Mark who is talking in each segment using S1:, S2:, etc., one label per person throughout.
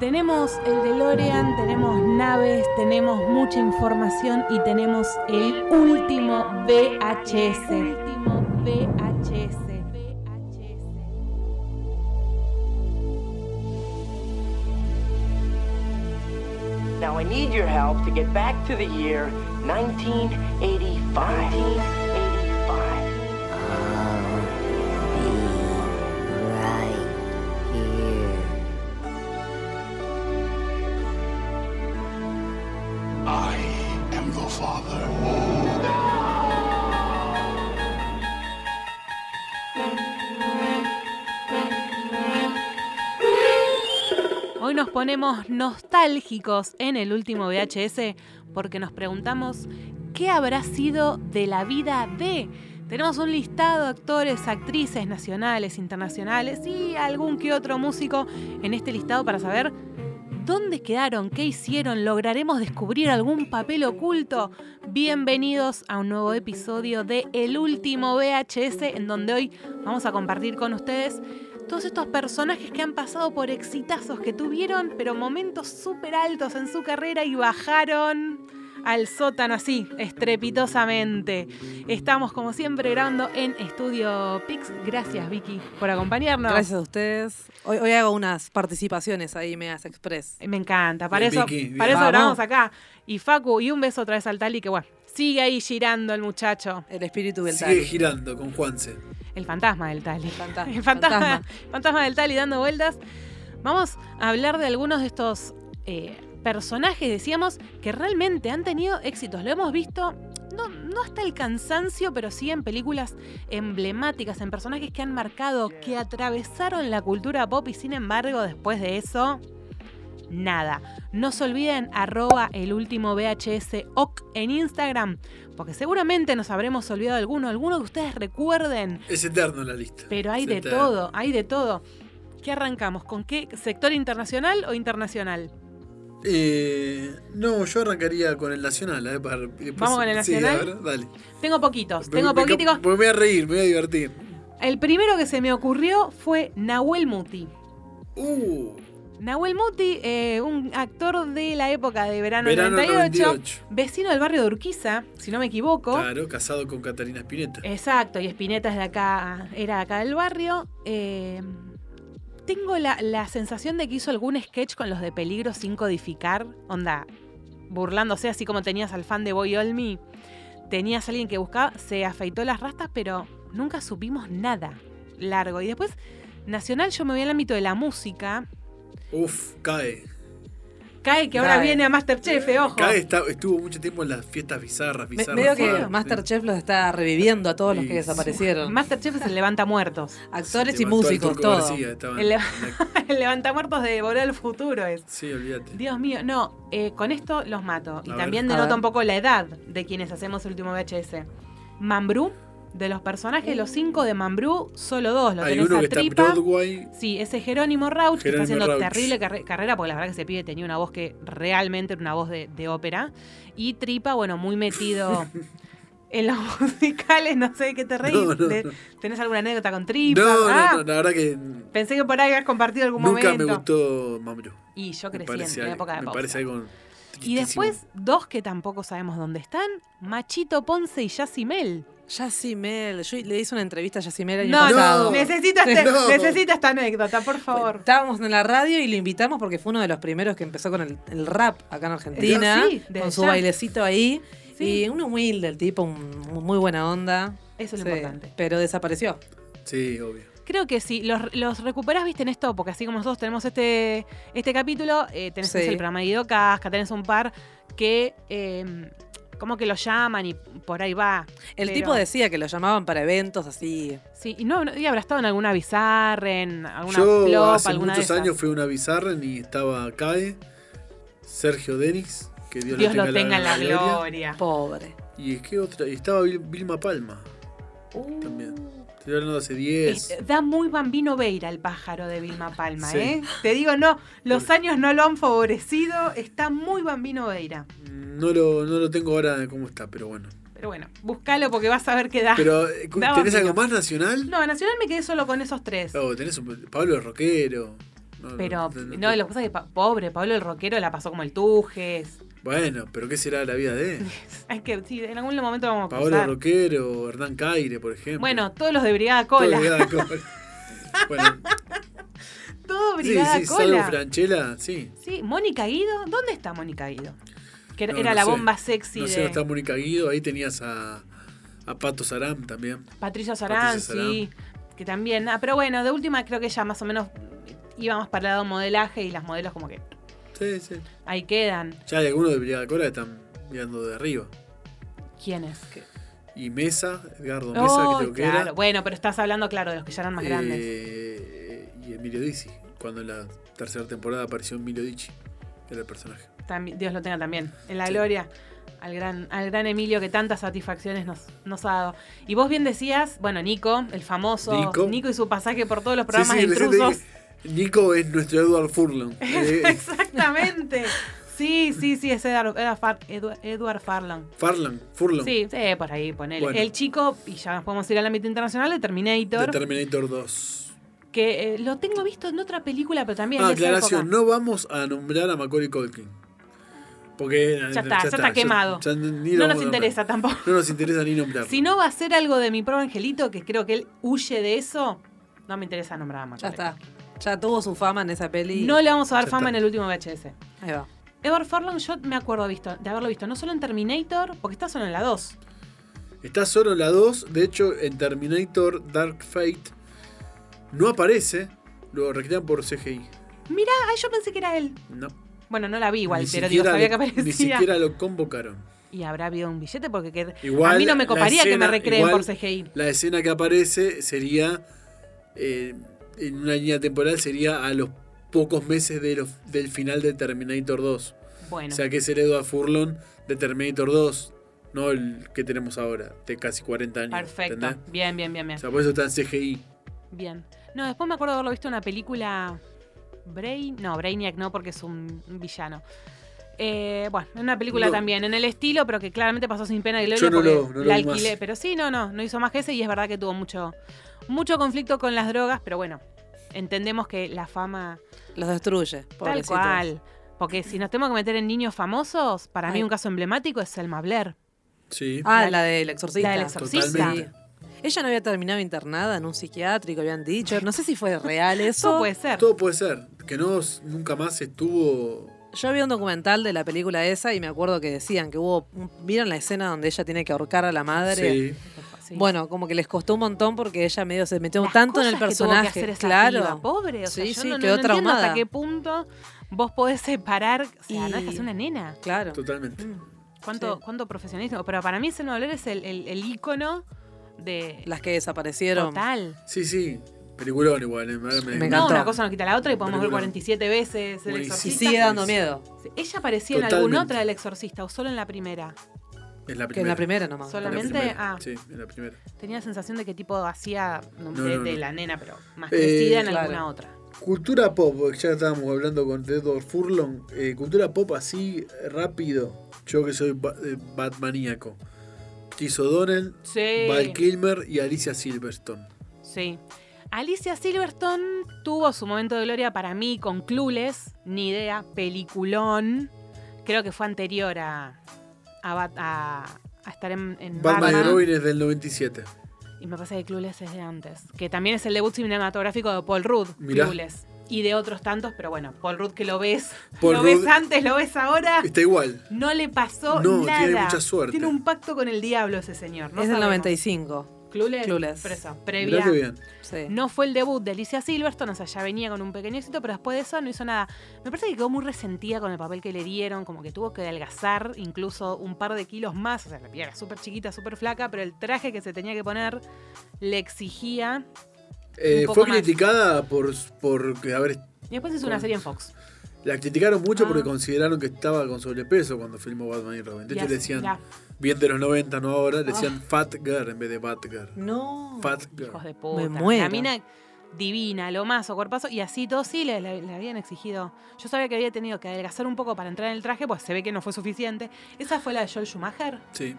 S1: Tenemos el DeLorean, tenemos naves, tenemos mucha información y tenemos el último VHS. El último VHS.
S2: Now I need your help to get back to the year 1985. 1985.
S3: I am the father.
S1: Hoy nos ponemos nostálgicos en el último VHS porque nos preguntamos qué habrá sido de la vida de. Tenemos un listado de actores, actrices nacionales, internacionales y algún que otro músico en este listado para saber dónde quedaron, qué hicieron, lograremos descubrir algún papel oculto. Bienvenidos a un nuevo episodio de El último VHS en donde hoy vamos a compartir con ustedes todos estos personajes que han pasado por exitazos, que tuvieron pero momentos súper altos en su carrera y bajaron al sótano así, estrepitosamente. Estamos como siempre grabando en Estudio Pix. Gracias Vicky por acompañarnos.
S4: Gracias a ustedes. Hoy, hoy hago unas participaciones ahí, medias express.
S1: Eh, Me encanta, para
S5: Bien,
S1: eso,
S5: Vicky, bien.
S1: para eso
S4: Vamos.
S1: grabamos acá. Y Facu, y un beso otra vez al Tali, que bueno, sigue ahí girando el muchacho.
S4: El espíritu del
S5: Sigue
S4: tal.
S5: girando con Juanse.
S1: El fantasma del Tali.
S4: Fantasma.
S1: El fantasma,
S4: fantasma.
S1: fantasma del Tali dando vueltas. Vamos a hablar de algunos de estos eh, personajes, decíamos, que realmente han tenido éxitos. Lo hemos visto, no, no hasta el cansancio, pero sí en películas emblemáticas, en personajes que han marcado, que atravesaron la cultura pop y sin embargo después de eso... Nada. No se olviden arroba el último VHS OC en Instagram, porque seguramente nos habremos olvidado de alguno, alguno que ustedes recuerden.
S5: Es eterno la lista.
S1: Pero hay
S5: Es
S1: de
S5: eterno.
S1: todo, hay de todo. ¿Qué arrancamos? ¿Con qué? ¿Sector internacional o internacional?
S5: Eh, no, yo arrancaría con el Nacional. eh, para- después-
S1: ¿Vamos con el
S5: sí,
S1: Nacional?
S5: a ver, dale.
S1: Tengo poquitos, tengo
S5: Me- me-
S1: poquiticos.
S5: Me voy a reír, me voy a divertir.
S1: El primero que se me ocurrió fue Nahuel Muti.
S5: Uh,
S1: Nahuel Muti, eh, un actor de la época de verano, del
S5: verano
S1: 98,
S5: 98.
S1: vecino del barrio de Urquiza, si no me equivoco.
S5: Claro, casado con Catalina Spinetta.
S1: Eh. Exacto, y Espineta es de acá, era de acá del barrio. Eh, tengo la, la sensación de que hizo algún sketch con los de Peligro sin codificar. Onda, burlándose, así como tenías al fan de Boy Olmi. Tenías a alguien que buscaba, se afeitó las rastas, pero nunca supimos nada largo. Y después, Nacional, yo me voy al ámbito de la música.
S5: Uf, cae.
S1: Cae que ahora
S4: Cae.
S1: viene a Masterchef, eh, ojo.
S5: Cae está- estuvo mucho tiempo en las fiestas bizarras,
S4: Me-
S5: bizarras.
S4: medio que
S5: bizarras,
S4: Masterchef los está reviviendo a todos los
S5: Sí,
S4: que
S5: sí.
S4: desaparecieron.
S1: Masterchef es el levanta muertos.
S5: sí.
S4: Actores y
S5: Levantó al
S4: músicos,
S5: Turco
S4: todo.
S5: García, estaban
S1: El-
S5: en la-
S1: el levanta muertos de Volver al Futuro es.
S5: Sí, olvídate.
S1: Dios mío, no, eh, con esto los mato. Y
S5: A
S1: también
S4: ver. A
S1: denota
S4: ver.
S1: un poco la edad de quienes hacemos el último VHS. Mambrú, de los personajes, los cinco de Mambrú, solo dos. Lo
S5: Hay
S1: tenés
S5: uno
S1: a
S5: que está en
S1: Tripa.
S5: Broadway.
S1: Sí, ese Jerónimo Rauch, que está
S5: Jerónimo
S1: haciendo
S5: Rauch.
S1: terrible carre- carrera, porque la verdad que ese pibe tenía una voz que realmente era una voz de, de ópera. Y Tripa, bueno, muy metido en los musicales, no sé de qué te reís.
S5: No, no,
S1: De-
S5: no.
S1: ¿Tenés alguna anécdota con Tripa?
S5: No, no,
S1: Ah,
S5: no, la verdad que
S1: Pensé que por ahí habías compartido algún
S5: nunca
S1: momento.
S5: me gustó Mamro.
S1: Y yo
S5: Me
S1: crecí
S5: parece,
S1: en la
S5: algo-
S1: época de
S5: me
S1: Pausa.
S5: parece algo.
S1: Y
S5: tristísimo.
S1: después, dos que tampoco sabemos dónde están, Machito Ponce y Yacimel.
S4: Yacimel. Yo le hice una entrevista a Yacimel el año
S1: No,
S4: pasado.
S1: no, necesito, este-
S5: No.
S1: necesito esta anécdota, por favor.
S4: Estábamos en la radio y lo invitamos porque fue uno de los primeros que empezó con el, el rap acá en Argentina.
S1: Sí, desde
S4: con su
S1: ya.
S4: bailecito ahí.
S1: Sí.
S4: Y un humilde el tipo, un- muy buena onda.
S1: Eso es lo
S4: Sí,
S1: importante.
S4: Pero desapareció.
S5: Sí, obvio.
S1: Creo que sí, los, los recuperás, viste, en esto, porque así como nosotros tenemos este, este capítulo, eh, tenés
S4: Sí.
S1: el programa de Guido Casca, tenés un par que eh, como que lo llaman y por ahí va.
S4: El
S1: Pero-
S4: tipo decía que lo llamaban para eventos así.
S1: Sí, y no, no- y habrá estado en alguna bizarre, en alguna
S5: Yo
S1: flop,
S5: hace
S1: alguna de
S5: muchos
S1: esas.
S5: años fui a una bizarra y estaba CAE, Sergio Denis, que Dios,
S1: Dios
S5: lo
S1: lo tenga en la gloria.
S4: Pobre.
S5: Y es que otra, y estaba Vil- Vilma Palma
S1: Uh.
S5: también. Estoy hablando de hace 10.
S1: Es- da muy bambino Veira el pájaro de Vilma Palma,
S5: Sí.
S1: ¿eh? Te digo, no, los años no lo han favorecido, está muy bambino Veira.
S5: No lo, no lo tengo ahora de cómo está, pero bueno.
S1: Pero bueno, búscalo porque vas a ver qué da.
S5: Pero, eh,
S1: Ah, daba
S5: ¿tenés
S1: miedo.
S5: algo más nacional?
S1: No, Nacional me quedé solo con esos tres.
S5: Oh, tenés un- Pablo el Roquero. No,
S1: Pero,
S5: no, no,
S1: no, lo que pasa es que, pa- pobre, Pablo el Roquero la pasó como el Tujes.
S5: Bueno, pero ¿qué será la vida de?
S1: Es que sí, en algún momento vamos a
S5: Paolo
S1: cruzar.
S5: Roquero, Hernán Caire, por ejemplo.
S1: Bueno, todos los de Brigada
S5: Todo
S1: Cola.
S5: ligado a cola. bueno,
S1: Todo
S5: sí,
S1: Brigada
S5: sí, salvo
S1: Cola.
S5: Franchella, sí.
S1: Sí, Mónica Guido. ¿Dónde está Mónica Guido? Que era,
S5: No,
S1: era
S5: no
S1: la
S5: sé.
S1: bomba sexy
S5: no
S1: de
S5: sé, no está Mónica Guido, ahí tenías a, a Pato Saram también.
S1: Patricia Sarán,
S5: Patricia Sarán.
S1: sí. Que también. Ah, pero bueno, de última creo que ya más o menos íbamos para el lado modelaje y las modelos como que
S5: Sí, sí.
S1: ahí quedan.
S5: Ya hay algunos de Brigada Cola que están mirando de arriba.
S1: ¿Quiénes?
S5: Y Mesa, Edgardo Mesa,
S1: Oh,
S5: creo que
S1: claro.
S5: era.
S1: Bueno, pero estás hablando, claro, de los que ya eran más grandes.
S5: eh, y Emilio Dizzi, cuando en la tercera temporada apareció Emilio Dizzi, era el personaje.
S1: También- Dios lo tenga también. En la
S5: Sí.
S1: gloria. Al gran, al gran Emilio que tantas satisfacciones nos, nos ha dado. Y vos bien decías, bueno, Nico, el famoso Nico,
S5: Nico.
S1: y su pasaje por todos los programas de
S5: recién te
S1: intrusos.
S5: dije, Nico es nuestro Edward Furlong. Eh,
S1: Exactamente. Sí, sí, sí, es Edward, Edward Far- Edward- Edward Farland.
S5: Farlong, Furlong,
S1: Sí, sí, por ahí, ponele.
S5: Bueno.
S1: El chico, y ya nos podemos ir al ámbito internacional, de Terminator,
S5: de Terminator 2.
S1: que eh, lo tengo visto en otra película, pero también
S5: Ah,
S1: en esa
S5: aclaración,
S1: época.
S5: no vamos a nombrar a Macaulay Culkin. Porque eh,
S1: Ya está, ya está quemado.
S5: ya ni
S1: No
S5: lo
S1: nos
S5: vamos a
S1: interesa
S5: nombrar.
S1: tampoco.
S5: No nos interesa ni nombrarlo.
S1: Si no va a ser algo de mi pro angelito, que creo que él huye de eso, no me interesa nombrar a
S4: Ya
S1: Macaulay.
S4: está. Ya tuvo su fama en esa peli.
S1: No le vamos a dar
S5: Ya
S1: fama
S5: está.
S1: en el último VHS.
S4: Ahí va.
S1: Edward Furlong, yo me acuerdo visto, de haberlo visto no solo en Terminator, porque está solo en la 2.
S5: Está solo en la 2. De hecho, en Terminator Dark Fate no aparece. Lo recrean por CGI.
S1: Mirá, ay, yo pensé que era él.
S5: No.
S1: Bueno, no la vi igual,
S5: Ni
S1: pero digo,
S5: siquiera
S1: sabía
S5: lo-
S1: que aparecía.
S5: Ni siquiera lo convocaron.
S1: Y habrá habido un billete porque que-
S5: Igual,
S1: a mí no me
S5: la
S1: coparía que me
S5: escena-
S1: recreen
S5: igual-
S1: por CGI.
S5: La escena que aparece sería. eh, en una línea temporal sería a los pocos meses de los- del final de Terminator 2.
S1: Bueno,
S5: O sea que es el Edward Furlong de Terminator 2, no el que tenemos ahora, de casi 40 años.
S1: perfecto.
S5: ¿entendés?
S1: Bien, bien, bien, bien.
S5: O sea, por eso está en CGI.
S1: Bien. No, después me acuerdo de haberlo visto en una película. Brain. No, Brainiac no, porque es un un villano. Eh, bueno, en una película
S5: No.
S1: también, en el estilo, pero que claramente pasó sin pena y gloria
S5: Yo no
S1: porque
S5: lo- no lo
S1: la
S5: vi más.
S1: alquilé. Pero sí, no, no, no hizo más que ese y es verdad que tuvo mucho, mucho conflicto con las drogas, pero bueno, entendemos que la fama
S4: Los destruye.
S1: Tal
S4: pobrecitos.
S1: cual. Porque si nos tenemos que meter en niños famosos, para mí
S4: Ay.
S1: un caso emblemático es Selma Blair.
S5: Sí.
S4: Ah,
S1: La-
S4: la, del exorcista.
S1: la del exorcista.
S5: Totalmente.
S4: Ella no había terminado internada en un psiquiátrico, habían dicho. No sé si fue real eso.
S1: Eso puede ser.
S5: Todo puede ser. Que no nunca más estuvo.
S4: Yo vi un documental de la película esa y me acuerdo que decían que hubo. ¿Vieron la escena donde ella tiene que ahorcar a la madre?
S5: Sí.
S1: Sí.
S4: Bueno, como que les costó un montón porque ella medio se metió
S1: Las
S4: tanto en el
S1: cosas que tuvo que
S4: personaje.
S1: hacer esa
S4: claro.
S1: piba, pobre. O sea,
S4: Sí,
S1: yo
S4: sí,
S1: no, no- no
S4: quedó
S1: entiendo
S4: traumada.
S1: hasta qué punto vos podés separar. O sea, no
S4: Y-
S1: dejas una nena.
S4: Claro.
S5: Totalmente.
S1: ¿Cuánto,
S4: Sí.
S1: cuánto profesionalismo? Pero para mí Selma Blair es el, el, el ícono de...
S4: Las que desaparecieron.
S1: total.
S5: Sí, sí. Peliculón igual. eh, ahora
S4: Me
S1: No,
S4: encantó.
S1: una cosa no quita la otra y podemos ver
S5: Película.
S1: 47 veces El
S5: Buenísimo.
S4: Y
S1: Exorcista.
S4: sigue dando miedo.
S1: ¿Ella apareció en alguna
S5: Totalmente.
S1: otra del Exorcista o solo en la primera?
S5: Es la primera.
S4: Que en la primera nomás.
S1: Solo-
S5: En la
S1: solamente-
S5: primera,
S1: ah.
S5: Sí, en la primera.
S1: Tenía la sensación de que tipo hacía no,
S5: No,
S1: de,
S5: no,
S1: de
S5: no.
S1: la nena, pero más
S5: Eh,
S1: crecida en
S4: claro.
S1: alguna otra.
S5: Cultura pop, porque ya estábamos hablando con Edward Furlong. eh, cultura pop así eh, rápido. Yo que soy ba- eh, Batmaníaco. Tiz O'Donnell,
S1: Sí.
S5: Val Kilmer y Alicia Silverstone.
S1: Sí. Alicia Silverstone tuvo su momento de gloria para mí con Clueless, ni idea, peliculón. Creo que fue anterior a, a, Bat- a- a estar en, en
S5: Batman, y
S1: Batman.
S5: Robin es del 97.
S1: Y me parece que Clueless es de antes. Que también es el debut cinematográfico de Paul Rudd,
S5: Mirá.
S1: Clueless. Y de otros tantos, pero bueno, Paul Rudd que lo ves.
S5: Paul
S1: lo ves
S5: Rudd-
S1: antes, lo ves ahora.
S5: Está igual.
S1: No le pasó
S5: No,
S1: nada.
S5: tiene mucha suerte.
S1: Tiene un pacto con el diablo ese señor. No
S4: es del
S1: sabemos.
S4: 95.
S1: Clueless.
S4: Clueless.
S1: Por eso,
S5: Mirá
S1: previa.
S5: que bien.
S4: Sí.
S1: No fue el debut de Alicia Silverstone, o sea, ya venía con un pequeño éxito, pero después de eso no hizo nada. Me parece que quedó muy resentida con el papel que le dieron, como que tuvo que adelgazar incluso un par de kilos más, o sea, la piel era súper chiquita, súper flaca, pero el traje que se tenía que poner le exigía.
S5: Eh,
S1: Un poco
S5: fue
S1: más.
S5: criticada por, por que haber-
S1: Y después hizo una
S5: Con-
S1: serie en Fox.
S5: La criticaron mucho
S1: Ah.
S5: porque consideraron que estaba con sobrepeso cuando filmó Batman y Robin. De
S1: Y
S5: hecho,
S1: así,
S5: le decían,
S1: mirá,
S5: bien de los 90, no ahora,
S1: Ah.
S5: le decían Fat Girl en vez de Bat Girl.
S4: No.
S5: Fat Girl.
S1: hijos de puta. La
S4: muero.
S1: mina divina, lo más, o cuerpazo, y así todo sí le, le- le habían exigido. Yo sabía que había tenido que adelgazar un poco para entrar en el traje, pues se ve que no fue suficiente. Esa fue la de Joel Schumacher.
S5: Sí.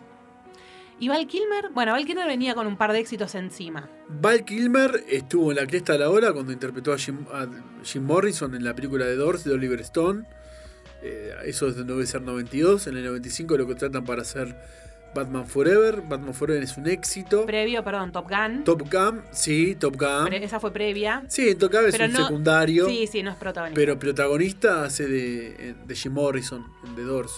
S1: Y Val Kilmer, bueno, Val Kilmer venía con un par de éxitos encima.
S5: Val Kilmer estuvo en la cresta de la ola cuando interpretó a Jim, a Jim Morrison en la película de Doors de Oliver Stone. Eh, eso es de- debe ser 92. En el 95 lo contratan para hacer Batman Forever. Batman Forever es un éxito.
S1: Previo, perdón, Top Gun.
S5: Top Gun, sí, Top Gun.
S1: Pre- esa fue previa.
S5: Sí, en Top Gun es
S1: Pero
S5: un
S1: no-
S5: secundario.
S1: Sí, sí, no es protagonista.
S5: Pero protagonista hace de, de Jim Morrison en The Doors.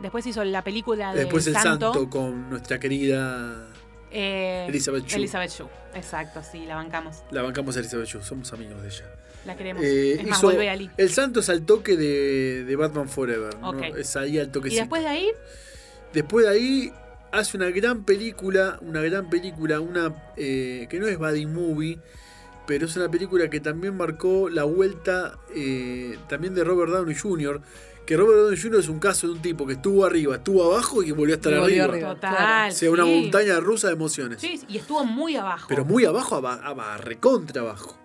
S1: Después hizo la película de
S5: Después El
S1: Santo.
S5: Santo. con nuestra querida.
S1: eh,
S5: Elizabeth Shue.
S1: Elizabeth Shue. Exacto, sí, la bancamos.
S5: La bancamos a Elizabeth Shue, somos amigos de ella.
S1: La queremos.
S5: Eh,
S1: es más,
S5: hizo-
S1: vuelve Ali.
S5: El Santo es al toque de, de Batman Forever. ¿no?
S1: Ok.
S5: Es ahí al toque.
S1: Y después de ahí,
S5: Después de ahí hace una gran película, una gran película, una eh, que no es Buddy Movie, pero es una película que también marcó la vuelta eh, también de Robert Downey Jr., que Robert Downey Jr. es un caso de un tipo que estuvo arriba, estuvo abajo y que volvió a estar
S4: Y volvió
S5: arriba.
S4: arriba.
S1: total.
S5: O sea, una
S1: sí.
S5: montaña rusa de emociones.
S1: Sí, y estuvo muy abajo.
S5: Pero muy abajo, aba- aba- recontra abajo.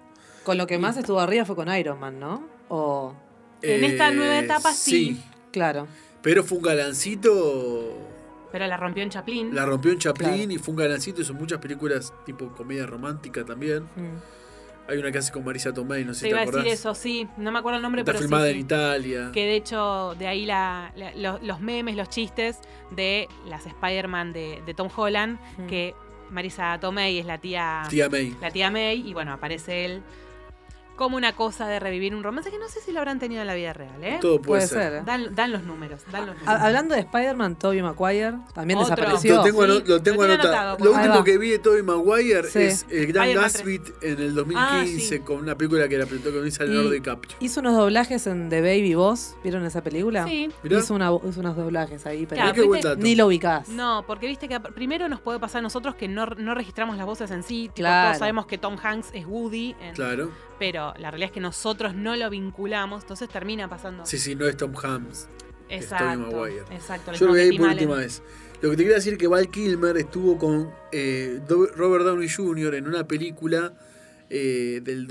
S4: Con lo que más estuvo arriba fue con Iron Man, ¿no? O.
S1: En esta nueva etapa, sí.
S4: Claro.
S5: Eh, Pero fue un galancito
S1: Pero la rompió en Chaplin.
S5: La rompió en Chaplin
S4: Claro.
S5: y fue un galancito. Hizo muchas películas tipo comedia romántica también.
S4: Mm.
S5: Hay una que hace con Marisa Tomei, no sé
S1: Te
S5: si te
S1: iba a
S5: acordás.
S1: decir eso, sí. No me acuerdo el nombre,
S5: Está
S1: pero sí,
S5: filmada
S1: sí.
S5: en Italia.
S1: Que de hecho, de ahí la, la- lo- los, memes, los chistes de las Spider-Man de, de Tom Holland,
S4: Mm.
S1: que Marisa Tomei es la tía,
S5: Tía May.
S1: la tía May, y bueno, aparece él como una cosa de revivir un romance que no sé si lo habrán tenido en la vida real, ¿eh?
S5: Todo
S4: Puede
S5: puede, ser.
S4: ser.
S1: Dan, dan los números, dan los números.
S4: Ha- Hablando de Spider-man, Tobey Maguire también
S1: Otro.
S5: Lo
S4: desapareció.
S5: tengo, ano-
S1: Sí,
S5: lo tengo
S1: lo tiene
S5: anotado.
S1: anotado, por
S5: Lo
S4: favor. Ahí
S5: último
S4: va.
S5: que vi de Tobey Maguire
S4: Sí.
S5: es el Gran
S1: Iron Man
S5: Gatsby en el 2015
S1: Ah, sí.
S5: con una película que la protagoniza Leonardo
S4: Y-
S5: DiCaprio.
S4: Hizo unos doblajes en The Baby Boss. ¿Vieron esa película?
S1: Sí.
S5: Mirá.
S4: Hizo, una- hizo unos doblajes ahí, pero
S1: Claro,
S5: Mirá qué buen
S1: fuiste-
S5: dato.
S4: ni lo ubicás.
S1: No, porque viste que primero nos puede pasar a nosotros que no, no registramos las voces en sí. tipo,
S4: Claro.
S1: Todos sabemos que Tom Hanks es Woody, en-
S5: Claro.
S1: pero la realidad es que nosotros no lo vinculamos, entonces termina pasando.
S5: Sí, sí, no es Tom Hanks. Tobey
S1: exacto.
S5: Maguire.
S1: Exacto. lo mismo
S5: Yo lo
S1: que
S5: vi
S1: Tim
S5: por
S1: Allen.
S5: última vez. Lo que te quería decir que Val Kilmer estuvo con eh, Do- Robert Downey Jr. en una película eh, del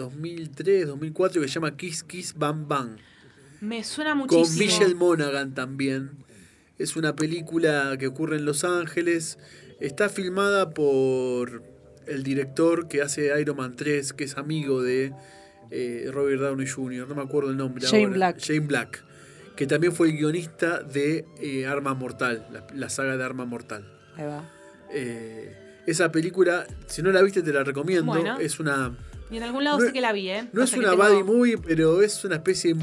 S5: 2003-2004 que se llama Kiss Kiss Bang Bang.
S1: Me suena muchísimo.
S5: Con Michelle Monaghan también. Es una película que ocurre en Los Ángeles. Está filmada por el director que hace Iron Man 3, que es amigo de eh, Robert Downey Jr., no me acuerdo el nombre.
S4: Shane
S5: ahora.
S4: Black.
S5: Shane Black, que también fue el guionista de eh, Arma Mortal, la, la saga de Arma Mortal.
S4: Ahí va.
S5: Eh, esa película, si no la viste, te la recomiendo.
S1: Bueno.
S5: Es una.
S1: Y en algún lado
S5: No
S1: sí que la vi, ¿eh?
S5: No es
S1: Pasa que
S5: una
S1: tengo-
S5: buddy movie, pero es una especie.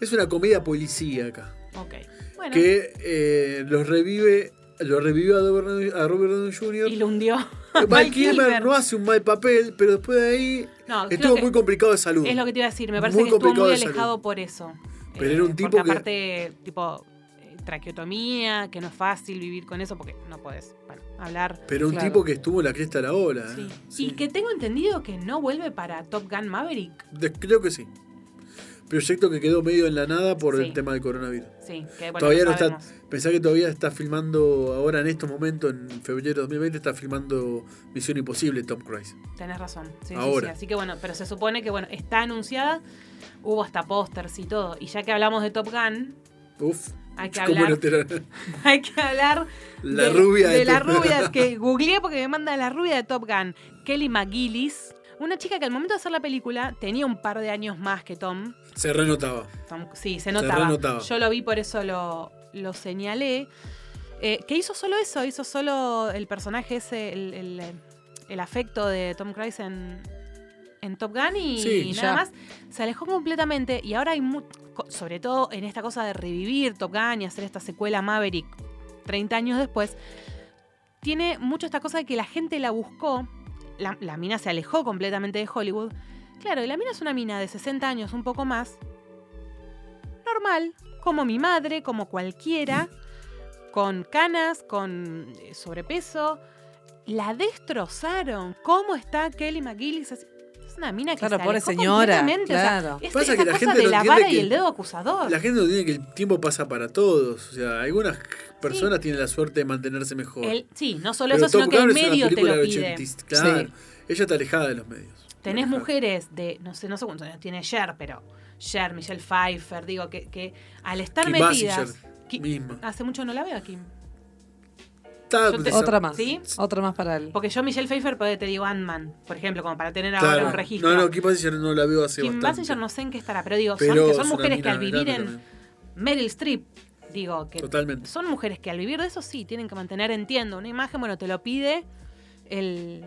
S5: Es una comedia policíaca
S1: Ok. Bueno,
S5: que eh, los revive lo revivió a Robert, Downey- a Robert Downey
S1: y
S5: Jr.
S1: lo hundió.
S5: Val Kilmer no hace un mal papel, pero después de ahí
S1: No, creo
S5: estuvo
S1: que
S5: muy complicado de salud.
S1: Es lo que te iba a decir, me parece
S5: Muy
S1: que estuvo
S5: complicado
S1: muy
S5: de salud.
S1: alejado por eso. Eh,
S5: Pero era un tipo
S1: porque
S5: que-
S1: aparte, tipo, eh, traqueotomía, que no es fácil vivir con eso porque no podés, bueno, hablar.
S5: Pero un
S4: Claro.
S5: tipo que estuvo en la cresta de la ola. ¿eh?
S1: Sí.
S5: Sí.
S1: Y que tengo entendido que no vuelve para Top Gun Maverick.
S5: De- creo que sí. Proyecto que quedó medio en la nada por
S1: Sí.
S5: el tema del coronavirus.
S1: Sí, que bueno,
S5: todavía no
S1: sabemos.
S5: está. Pensá que todavía está filmando, ahora en estos momentos, en febrero de 2020, está filmando Misión Imposible Tom Cruise.
S1: Tenés razón. Sí, sí,
S5: Ahora.
S1: sí. Así que bueno, pero se supone que bueno, está anunciada, hubo hasta pósters y todo. Y ya que hablamos de Top Gun,
S5: Uf.
S1: Hay que
S5: ¿cómo
S1: hablar.
S5: no te-
S1: hay que hablar
S5: La rubia
S1: de,
S5: de
S1: la
S5: Top Gun.
S1: rubia que googleé porque me manda la rubia de Top Gun, Kelly McGillis, una chica que al momento de hacer la película tenía un par de años más que Tom.
S5: Se renotaba.
S1: Tom- sí, se notaba.
S5: renotaba.
S1: Yo lo vi, por eso lo, lo señalé. Eh, que hizo solo eso, hizo solo el personaje ese, el, el- el afecto de Tom Cruise en, en Top Gun y,
S5: Sí,
S1: y
S4: ya.
S1: nada más. Se alejó completamente y ahora hay mu- co- sobre todo en esta cosa de revivir Top Gun y hacer esta secuela Maverick 30 años después, tiene mucho esta cosa de que la gente la buscó, la, la mina se alejó completamente de Hollywood. Claro, y la mina es una mina de 60 años, un poco más, normal, como mi madre, como cualquiera, con canas, con eh, sobrepeso. La destrozaron. ¿Cómo está Kelly McGillis? Es es una mina que
S4: Claro,
S1: se
S4: pobre
S1: alejó
S4: señora,
S1: completamente, o sea,
S4: claro.
S1: es
S5: Pasa
S1: esa
S5: que la
S1: cosa
S5: gente
S1: de
S5: no
S1: la
S5: entiende
S1: vara y
S5: que
S1: el dedo acusador.
S5: La gente no tiene que el tiempo pasa para todos. O sea, algunas personas tienen la suerte de mantenerse mejor.
S1: El- sí, no solo
S5: Pero
S1: eso, sino
S5: Top
S1: que el
S5: Gun es una
S1: medio te
S5: película
S1: lo
S5: del
S1: pide.
S5: 80s, Claro. Ella está alejada de los medios.
S1: Tenés
S5: Alejada.
S1: mujeres de, no sé, no sé cuántos años tiene Cher, pero Cher, Michelle Pfeiffer, digo, que, que al estar
S5: Kim
S1: metidas.
S5: Basinger,
S1: Ki-
S5: misma.
S1: Hace mucho no la veo a Kim.
S5: Está
S1: Yo te-
S5: desa-
S4: Otra más.
S1: ¿Sí?
S4: Otra más para él.
S1: Porque yo, Michelle Pfeiffer, por- te digo Ant-Man, por ejemplo, como para tener ahora
S5: Claro.
S1: un registro.
S5: No, no, Kim Basinger no la veo hace
S1: Kim
S5: bastante.
S1: Basinger no sé en qué estará, pero digo, son-
S5: Pero
S1: que
S5: es
S1: son
S5: una
S1: mujeres que
S5: mina
S1: al vivir
S5: grande
S1: en
S5: también.
S1: Meryl Streep, digo, que
S5: Totalmente.
S1: son mujeres que al vivir de eso sí tienen que mantener, entiendo, una imagen, bueno, te lo pide el...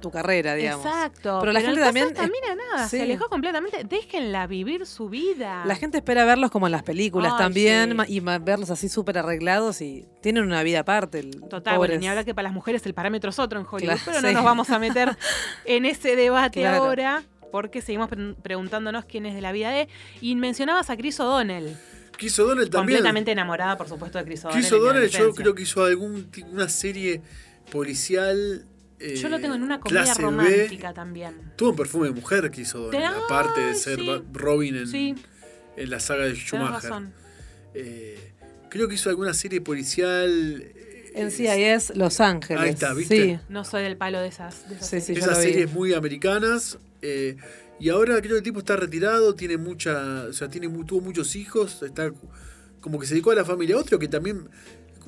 S4: Tu carrera, digamos.
S1: Exacto.
S4: Pero la gente
S1: el caso
S4: también
S1: esta
S4: es-
S1: mina, nada,
S4: sí.
S1: se alejó completamente. Déjenla vivir su vida.
S4: La gente espera verlos como en las películas
S1: Ah. Ay,
S4: también
S1: sí.
S4: ma- y ma- verlos así súper arreglados y tienen una vida aparte. el-
S1: Total, bueno,
S4: pobres.
S1: ni hablar que para las mujeres el parámetro es otro en Hollywood,
S4: Claro,
S1: pero no
S4: sí.
S1: nos vamos a meter en ese debate
S4: Claro.
S1: ahora, porque seguimos pre- preguntándonos quién es de la vida de. Y mencionabas a Chris O'Donnell,
S5: Chris O'Donnell también.
S1: completamente enamorada, por supuesto, de Chris O'Donnell.
S5: Chris
S1: en mi
S5: O'Donnell yo
S1: adolescencia.
S5: creo que hizo algún ti- una serie policial. eh,
S1: Yo lo tengo en una comedia
S5: clase B.
S1: romántica también.
S5: Tuvo un perfume de mujer Chris O'Donnell,
S1: Te-
S5: aparte de
S1: ay,
S5: ser
S1: sí.
S5: Ba- Robin en,
S1: Sí,
S5: en la saga de
S1: tenés
S5: Schumacher.
S1: razón.
S5: Eh, creo que hizo alguna serie policial. eh,
S4: En CIS Los Ángeles.
S5: Ahí está, ¿viste?
S4: Sí.
S1: No soy del palo de esas. de esas
S4: Sí, sí,
S1: series.
S4: yo lo
S5: esas
S4: vi.
S5: series muy americanas. eh, y ahora creo que el tipo está retirado, tiene mucha. O sea, tiene, mu- tuvo muchos hijos, está cu- como que se dedicó a la familia. Otro que también.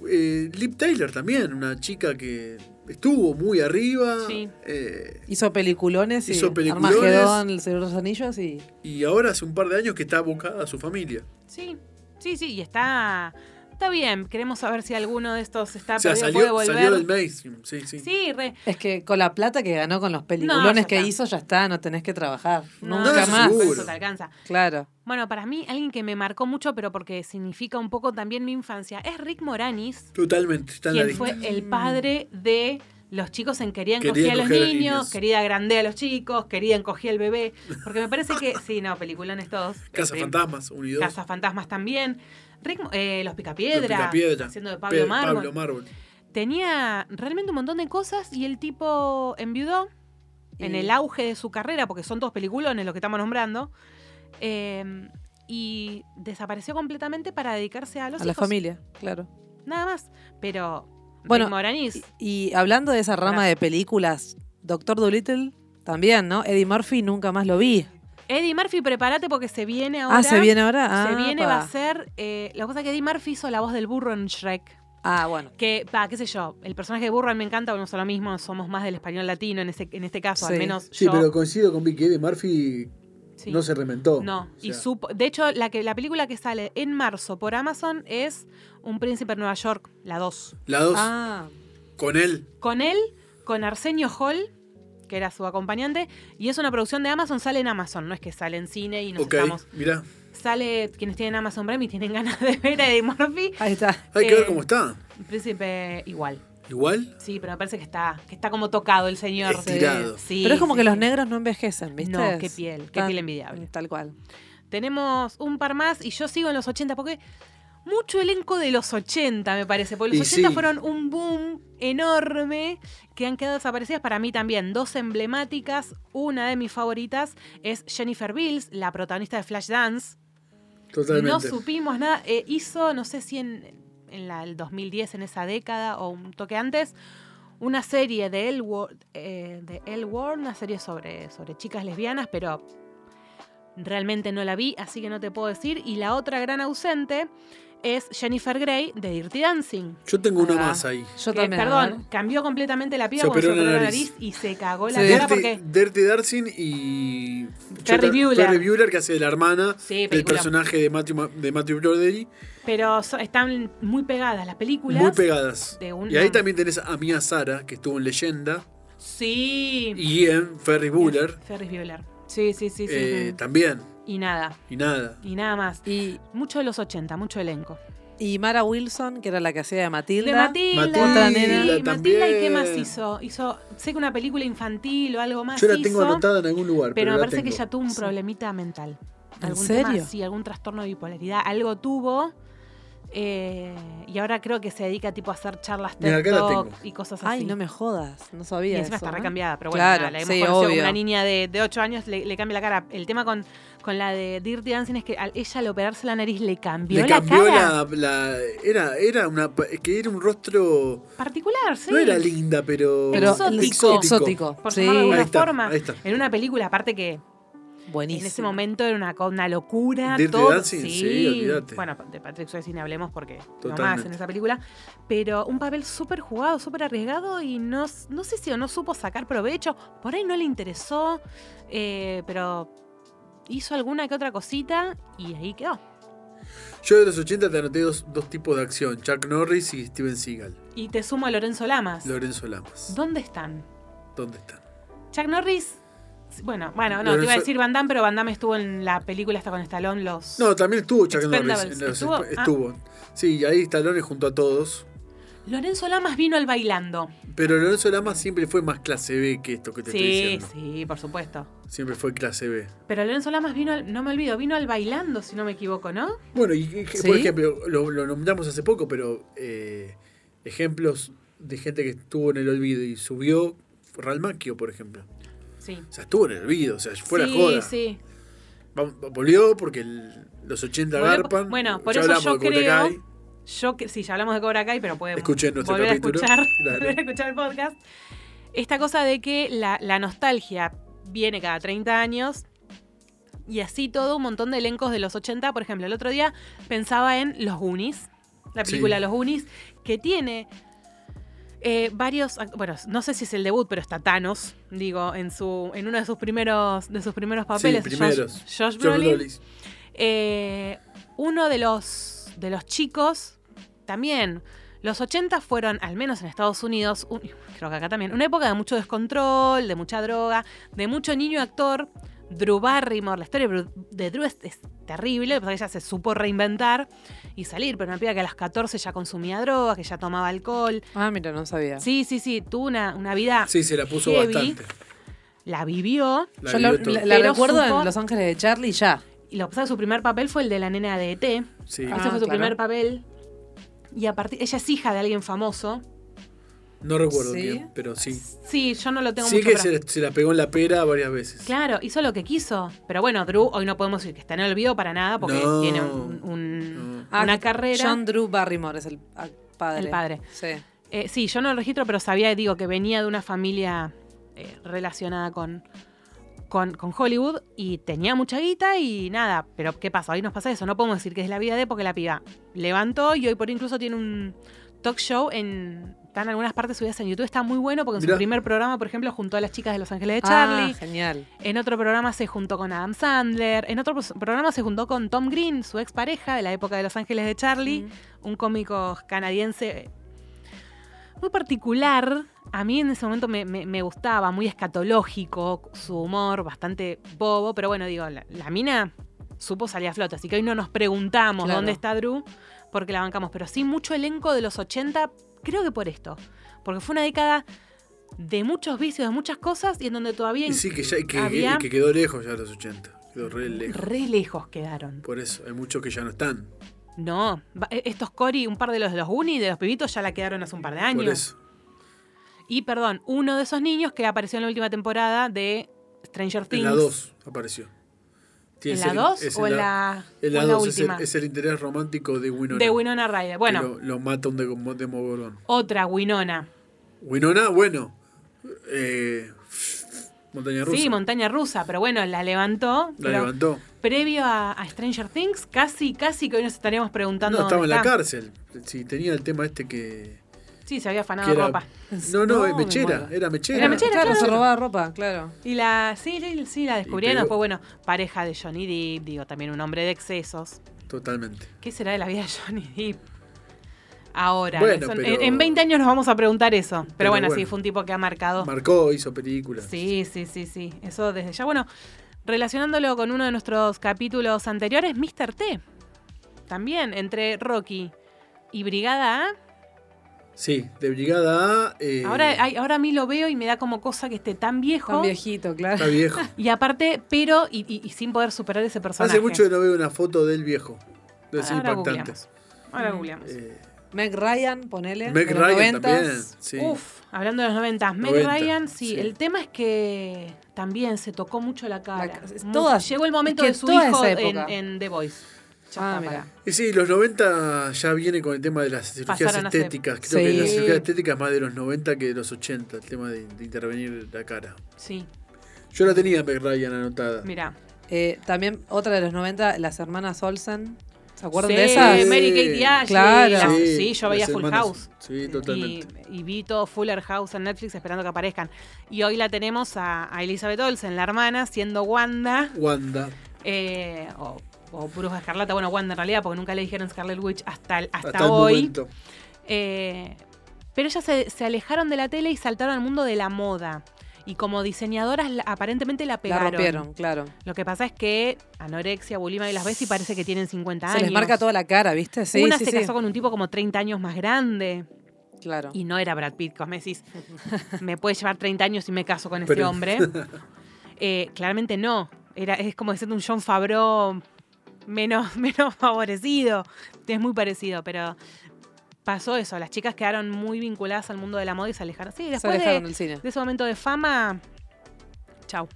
S5: eh, Liv Taylor también, una chica que estuvo muy arriba.
S1: Sí.
S5: eh,
S4: Hizo peliculones y
S5: Hizo peliculones.
S4: Armagedón, El Señor de los Anillos y
S5: y ahora hace un par de años que está abocada a su familia.
S1: Sí, sí, sí, y está, está bien. Queremos saber si alguno de estos está
S5: o sea,
S1: perdido, puede
S5: salió,
S1: volver.
S5: salió del mainstream. Sí, sí.
S1: Sí, re,
S4: es que con la plata que ganó con los
S1: No, ya
S4: peliculones
S1: está.
S4: que hizo ya está, no tenés que trabajar
S1: no,
S4: nunca
S5: eso
S1: no,
S4: más.
S1: con
S5: seguro.
S1: Eso te alcanza.
S4: Claro.
S1: Bueno, para mí, alguien que me marcó mucho, pero porque significa un poco también mi infancia, es Rick Moranis,
S5: Totalmente, está en la
S1: quien
S5: lista.
S1: fue el padre de los chicos en Querían
S5: Querían
S1: encogía a los
S5: coger a
S1: niños,
S5: niños.
S1: Querida grande a los chicos, Querida encogía al bebé. Porque me parece que, sí, no, peliculones todos.
S5: Casa
S1: Este,
S5: Fantasmas, unidos.
S1: Casa Fantasmas también. Rick Mo- eh, los Picapiedra, haciendo de Pablo Mármol.
S5: Pablo Mármol.
S1: Tenía realmente un montón de cosas y el tipo enviudó en
S4: Y-
S1: el auge de su carrera, porque son dos peliculones los que estamos nombrando, eh, y desapareció completamente para dedicarse a los
S4: A la
S1: hijos.
S4: familia, claro.
S1: Nada más. Pero
S4: Bueno,
S1: bueno, Moranis,
S4: Y, y hablando de esa rama de películas, Doctor Dolittle también, ¿no? Eddie Murphy nunca más lo vi.
S1: Eddie Murphy, prepárate porque se viene ahora.
S4: ah, ¿se viene ahora?
S1: se
S4: Ah,
S1: viene,
S4: pa.
S1: va a ser. eh, la cosa que Eddie Murphy hizo la voz del burro en Shrek.
S4: Ah, bueno.
S1: Que, va, qué sé yo, el personaje de burro a mí me encanta, volvemos a lo mismo, somos más del español latino en, ese, en este caso, al
S4: Sí.
S1: menos
S5: Sí,
S1: yo.
S5: pero coincido con Vicky, Eddie Murphy
S1: sí.
S5: no se reventó.
S1: No,
S5: O
S1: y
S5: sea,
S1: supo. De hecho, la, que, la película que sale en marzo por Amazon es Un Príncipe en Nueva York, la 2.
S5: La dos,
S4: Ah,
S5: con él.
S1: Con él, con Arsenio Hall, que era su acompañante, y es una producción de Amazon, sale en Amazon, no es que sale en cine y nos
S5: ok,
S1: estamos.
S5: mirá.
S1: Sale quienes tienen Amazon Prime y tienen ganas de ver a Eddie Murphy,
S4: ahí está.
S5: Hay que
S1: Eh,
S5: ver cómo está.
S1: Un Príncipe igual.
S5: Igual,
S1: Sí, pero me parece que está, que está como tocado el señor.
S5: Estirado.
S1: Sí,
S4: Pero es como
S1: sí,
S4: que los
S1: sí.
S4: negros no envejecen, ¿viste?
S1: No, qué piel, qué
S4: Tan-
S1: piel envidiable.
S4: Tal cual.
S1: Tenemos un par más y yo sigo en los 80 porque mucho elenco de los 80 me parece, porque los
S5: Y
S1: 80
S5: sí.
S1: fueron un boom enorme que han quedado desaparecidas para mí también. Dos emblemáticas, una de mis favoritas es Jennifer Bills, la protagonista de Flashdance.
S5: totalmente.
S1: No supimos nada, eh, hizo, no sé si en, en la, el 2010, en esa década o un toque antes. Una serie de El Word, eh, de Elle Word, una serie sobre, sobre chicas lesbianas, pero Realmente no la vi, así que no te puedo decir. Y la otra gran ausente es Jennifer Grey de Dirty Dancing.
S5: Yo tengo una
S4: Ah,
S5: más ahí.
S4: Yo
S1: Que,
S4: también. a
S1: perdón,
S4: ver.
S1: cambió completamente la piel
S5: Se
S1: cuando se
S5: operó
S1: operó
S5: la
S1: la
S5: nariz.
S1: nariz y se cagó la
S4: Sí.
S1: cara
S5: Dirty,
S1: porque.
S5: Dirty Dancing y.
S1: Ferry
S5: Yo-
S1: Bueller.
S5: Ferry Bueller, que hace de la hermana
S1: Sí,
S5: del
S1: película.
S5: personaje de Matthew, Ma- de Matthew Broderick.
S1: Pero so- están muy pegadas las películas.
S5: Muy pegadas.
S1: De un-
S5: Y ahí también tenés a Mia Sara, que estuvo en Leyenda,
S1: Sí.
S5: y en Ferry Bueller.
S1: Ferris Bueller. Sí, sí, sí, sí.
S5: eh,
S1: Mm.
S5: También.
S1: Y nada,
S5: Y nada.
S1: y nada más.
S4: Y,
S1: Mucho de los 80, mucho elenco.
S4: ¿eh? y Mara Wilson, que era la que hacía de Matilda.
S1: De Matilda.
S5: Matilda
S1: sí,
S5: también.
S1: Matilda, ¿y qué más hizo? Hizo, sé que una película infantil o algo más
S5: Yo la
S1: hizo.
S5: tengo anotada en algún lugar.
S1: Pero
S5: Pero,
S1: me
S5: la
S1: parece que
S5: tengo.
S1: ella tuvo un problemita mental.
S4: ¿En
S1: ¿Algún Tema,
S4: serio?
S1: sí, algún trastorno de bipolaridad, algo tuvo. eh, y ahora creo que se dedica tipo a hacer charlas
S5: Mira,
S1: TED
S5: acá la
S1: Talk
S5: tengo.
S1: y cosas así.
S4: Ay, no me jodas. No sabía.
S1: y encima
S4: eso, ¿eh?
S1: está
S4: ¿no?
S1: recambiada, pero bueno,
S4: Claro,
S1: nada, la hemos
S4: sí,
S1: conocido como
S4: obvio.
S1: una niña de, de 8 años, le, le cambia la cara. El tema con, con la de Dirty Dancing es que al ella al operarse la nariz le cambió,
S5: Le cambió
S1: la cara.
S5: la, la- era era una pa- que era un rostro
S1: Particular, sí.
S5: no era linda pero
S4: Pero
S1: Exótico.
S4: exótico.
S1: Por
S4: sí.
S1: llamarlo de alguna
S5: Ahí está,
S1: forma.
S5: ahí está.
S1: En una película, aparte que
S4: Buenísimo.
S1: En ese momento era una, co- una locura.
S5: Dirty
S1: todo,
S5: Dancing, sí, olvídate.
S1: Bueno, de Patrick Swayze ni hablemos porque no más
S5: Totalmente.
S1: en esa película. Pero un papel súper jugado, súper arriesgado y no, s- no sé si o no supo sacar provecho. Por ahí no le interesó, eh, pero hizo alguna que otra cosita y ahí quedó.
S5: Yo de los 80 te anoté dos, dos tipos de acción, Chuck Norris y Steven Seagal,
S1: Y te sumo a Lorenzo Lamas.
S5: Lorenzo Lamas.
S1: ¿Dónde están?
S5: ¿Dónde están?
S1: Chuck Norris. Bueno, bueno, no, te iba a
S5: Lorenzo-
S1: decir Van Damme, pero Van Damme estuvo en la película esta con Stallone, los...
S5: No, también estuvo Chuck Norris.
S1: Expendables,
S5: en los-
S1: ¿estuvo? Ah.
S5: estuvo. Sí, y ahí Stallone junto a todos.
S1: Lorenzo Lamas vino al bailando.
S5: Pero Lorenzo Lamas siempre fue más clase B que esto que te estoy
S1: Sí,
S5: diciendo.
S1: sí, por supuesto.
S5: Siempre fue clase B.
S1: Pero Lorenzo Lamas vino al, no me olvido, vino al bailando, si no me equivoco, ¿no?
S5: Bueno, y, y-
S4: ¿Sí?
S5: por ejemplo, lo, lo nombramos hace poco, pero eh, ejemplos de gente que estuvo en el olvido y subió, Real Macchio, por ejemplo.
S1: Sí.
S5: O sea, estuvo en el olvido, o sea, fue
S1: sí,
S5: la joda.
S1: sí.
S5: Va- Volvió porque el- los 80
S1: Volvió-
S5: garpan.
S1: bueno, por
S5: Ya
S1: eso
S5: hablamos
S1: yo
S5: de Cobra
S1: creo-
S5: Kai.
S1: Yo que sí, ya hablamos de Cobra Kai, pero podemos
S5: Escuchen nuestro
S1: volver
S5: capítulo.
S1: a escuchar,
S5: Claro.
S1: volver a escuchar el podcast. Esta cosa de que la, la nostalgia viene cada 30 años y así todo un montón de elencos de los 80, por ejemplo, el otro día pensaba en Los Goonies, la película
S5: Sí.
S1: Los Goonies, que tiene eh, varios, act- bueno, no sé si es el debut, pero está Thanos, digo, en su en uno de sus primeros de sus primeros papeles,
S5: sí,
S1: Josh-
S5: primeros.
S1: Josh,
S5: Josh
S1: Brolin.
S5: Brolin.
S1: Eh, uno de los, de los chicos, también, los 80 fueron, al menos en Estados Unidos, un- creo que acá también, una época de mucho descontrol, de mucha droga, de mucho niño actor. Drew Barrymore, la historia de Bru- de Drew es, es terrible, porque ella se supo reinventar y salir, pero una piba que a las 14 ya consumía droga, que ya tomaba alcohol.
S4: Ah, mira, no sabía.
S1: Sí, sí, sí, tuvo una, una vida,
S5: Ah, Sí, se la puso
S1: Heavy.
S5: bastante.
S1: la vivió,
S5: La
S4: Yo la,
S5: vivió todo.
S4: la- la
S1: Pero
S4: recuerdo
S1: supo-
S4: en Los Ángeles de Charlie ya.
S1: y lo que pasa es que su primer papel fue el de la nena de E ET.
S5: Sí.
S1: Ese
S4: Ah,
S1: fue su
S4: claro.
S1: primer papel. Y a partir. Ella es hija de alguien famoso.
S5: No recuerdo
S4: Sí.
S5: bien, pero sí.
S1: Sí, yo no lo tengo
S5: Sí
S1: mucho
S5: que
S1: pra-
S5: se, se la pegó en la pera varias veces.
S1: Claro, hizo lo que quiso. Pero bueno, Drew, hoy no podemos decir que está en el olvido para nada porque
S5: No.
S1: tiene un- un-
S5: No.
S4: Ah,
S1: una carrera.
S4: John Drew Barrymore es el ah, padre.
S1: El padre.
S4: Sí.
S1: Eh, sí, yo no lo registro, pero sabía, digo, que venía de una familia eh, relacionada con, con, con Hollywood y tenía mucha guita y nada. Pero ¿qué pasa? Hoy nos pasa eso. No podemos decir que es la vida de porque la piba levantó y hoy por ahí incluso tiene un talk show en. Están algunas partes subidas en YouTube, está muy bueno porque en su
S5: Mirá.
S1: primer programa, por ejemplo, juntó a las chicas de Los Ángeles de
S4: Charlie.
S1: Charlie.
S4: Ah, genial.
S1: En otro programa se juntó con Adam Sandler. En otro pos- programa se juntó con Tom Green, su expareja de la época de Los Ángeles de Charlie,
S4: Mm.
S1: un cómico canadiense eh, muy particular. A mí en ese momento me, me- me gustaba, muy escatológico, su humor bastante bobo, pero bueno, digo, la, la mina supo salir a flote, así que hoy no nos preguntamos
S4: Claro.
S1: dónde está Drew porque la bancamos, pero sí mucho elenco de los 80, creo que por esto, porque fue una década de muchos vicios, de muchas cosas y en donde todavía
S5: Y sí, que ya que,
S1: había-
S5: que quedó lejos ya los 80. Quedó re lejos.
S1: re lejos quedaron.
S5: Por eso, hay muchos que ya no están.
S1: No, va- e- estos Cory, un par de los de los Goonies, de los pibitos, ya la quedaron hace un par de
S5: Por
S1: años.
S5: eso.
S1: Y perdón, uno de esos niños que apareció en la última temporada de Stranger
S5: En
S1: Things.
S5: la 2 apareció.
S1: ¿En
S5: Tiene
S1: la
S5: ese-
S1: 2
S5: es
S1: o en la,
S5: en
S1: o
S5: la
S1: en la
S5: 2 es el-
S1: última?
S5: Es, el interés romántico de Winona.
S1: de Winona Ryder.
S5: que
S1: Bueno,
S5: Lo, lo mata un demo- demogorgon.
S1: otra Winona.
S5: Winona, bueno. eh, montaña rusa.
S1: Sí, montaña rusa, pero bueno, la levantó.
S5: La
S1: pero
S5: levantó.
S1: Previo a, a Stranger Things, casi, casi que hoy nos estaríamos preguntando.
S5: No, estaba en
S1: dónde
S5: la
S1: está.
S5: cárcel. Sí, tenía el tema este que.
S1: Sí, se había afanado
S5: que era-
S1: ropa.
S5: No, no, es
S4: No, me
S5: mechera.
S4: muero.
S5: Era mechera.
S1: Era mechera,
S4: claro,
S1: claro.
S4: se robaba ropa, claro.
S1: Y la, sí, sí, sí, la descubrieron.
S5: pegó.
S1: Después, bueno, pareja de Johnny Depp, digo, también un hombre de excesos.
S5: Totalmente.
S1: ¿Qué será de la vida de Johnny Depp? Ahora,
S5: Bueno,
S1: eso- en-
S5: pero-
S1: en 20 años nos vamos a preguntar eso. Pero,
S5: Pero
S1: bueno,
S5: bueno.
S1: sí, fue un tipo que ha marcado.
S5: Marcó, hizo películas.
S1: Oh. sí, sí, sí, sí. Eso desde ya. Bueno, relacionándolo con uno de nuestros capítulos anteriores, Mr. T. También entre Rocky y Brigada A.
S5: Sí, de Brigada A. eh,
S1: Ahora, ay, ahora a mí lo veo y me da como cosa que esté tan viejo.
S4: Tan viejito, claro.
S5: Está viejo.
S1: Y aparte, pero, y, y- y sin poder superar ese personaje.
S5: Hace mucho que no veo una foto del viejo. Debe ser
S1: Ahora
S5: impactante.
S1: googleamos.
S4: Mm.
S1: Ahora googleamos.
S5: Eh,
S4: Meg Ryan, ponele.
S5: Meg
S4: de los
S5: Ryan también.
S4: 90s.
S5: Sí.
S1: Uf, hablando de los 90, Meg
S5: 90,
S1: Ryan, sí,
S5: sí.
S1: el tema es que también se tocó mucho la cara.
S4: La- es
S1: Mu-
S4: todas-
S1: Llegó el momento
S4: es que
S1: de su
S4: toda
S1: hijo
S4: esa
S1: en,
S4: época.
S1: en The Voice. Ya
S4: Ah,
S1: está,
S4: mira.
S1: pará.
S5: Y sí, los 90 ya viene con el tema de las cirugías
S1: Pasaron a ser-
S5: estéticas. Creo
S4: Sí.
S5: que las cirugías estéticas más de los 90 que de los 80, el tema de, de intervenir la cara.
S1: Sí,
S5: Yo la tenía Meg Ryan anotada.
S1: mira.
S4: Eh, también otra de los 90, las hermanas Olsen. ¿Se acuerdan
S1: sí,
S4: de esas?
S1: Mary Kate y Ashley,
S4: Claro.
S1: la-
S5: Sí,
S1: sí, yo veía
S5: las
S1: Full
S5: hermanas.
S1: House.
S5: Sí, totalmente.
S1: Y, y vi todo Fuller House en Netflix esperando que aparezcan. Y hoy la tenemos a, a Elizabeth Olsen, la hermana, siendo Wanda.
S5: Wanda.
S1: eh, o, o Bruja Escarlata, bueno, Wanda en realidad, porque nunca le dijeron Scarlet Witch hasta, el- hasta,
S5: Hasta, el
S1: hoy.
S5: momento.
S1: Eh, pero ellas se, se alejaron de la tele y saltaron al mundo de la moda. Y como diseñadoras la- aparentemente la
S4: La
S1: pegaron.
S4: rompieron, claro.
S1: Lo que pasa es que anorexia, bulimia y las ves y parece que tienen 50
S4: Se
S1: años.
S4: les marca toda la cara, ¿viste? Sí,
S1: Una
S4: sí,
S1: se
S4: sí.
S1: casó con un tipo como 30 años más grande
S4: Claro.
S1: y no era Brad Pitt, como decís, me puede llevar 30 años y me caso con ese
S5: Pero-
S1: hombre. Eh, claramente no. Era, es como decir un John Favreau menos, menos favorecido. Es muy parecido, pero pasó eso. Las chicas quedaron muy vinculadas al mundo de la moda y se alejaron. Sí,
S4: Se
S1: después
S4: alejaron
S1: de,
S4: del cine.
S1: de ese momento de fama, chau.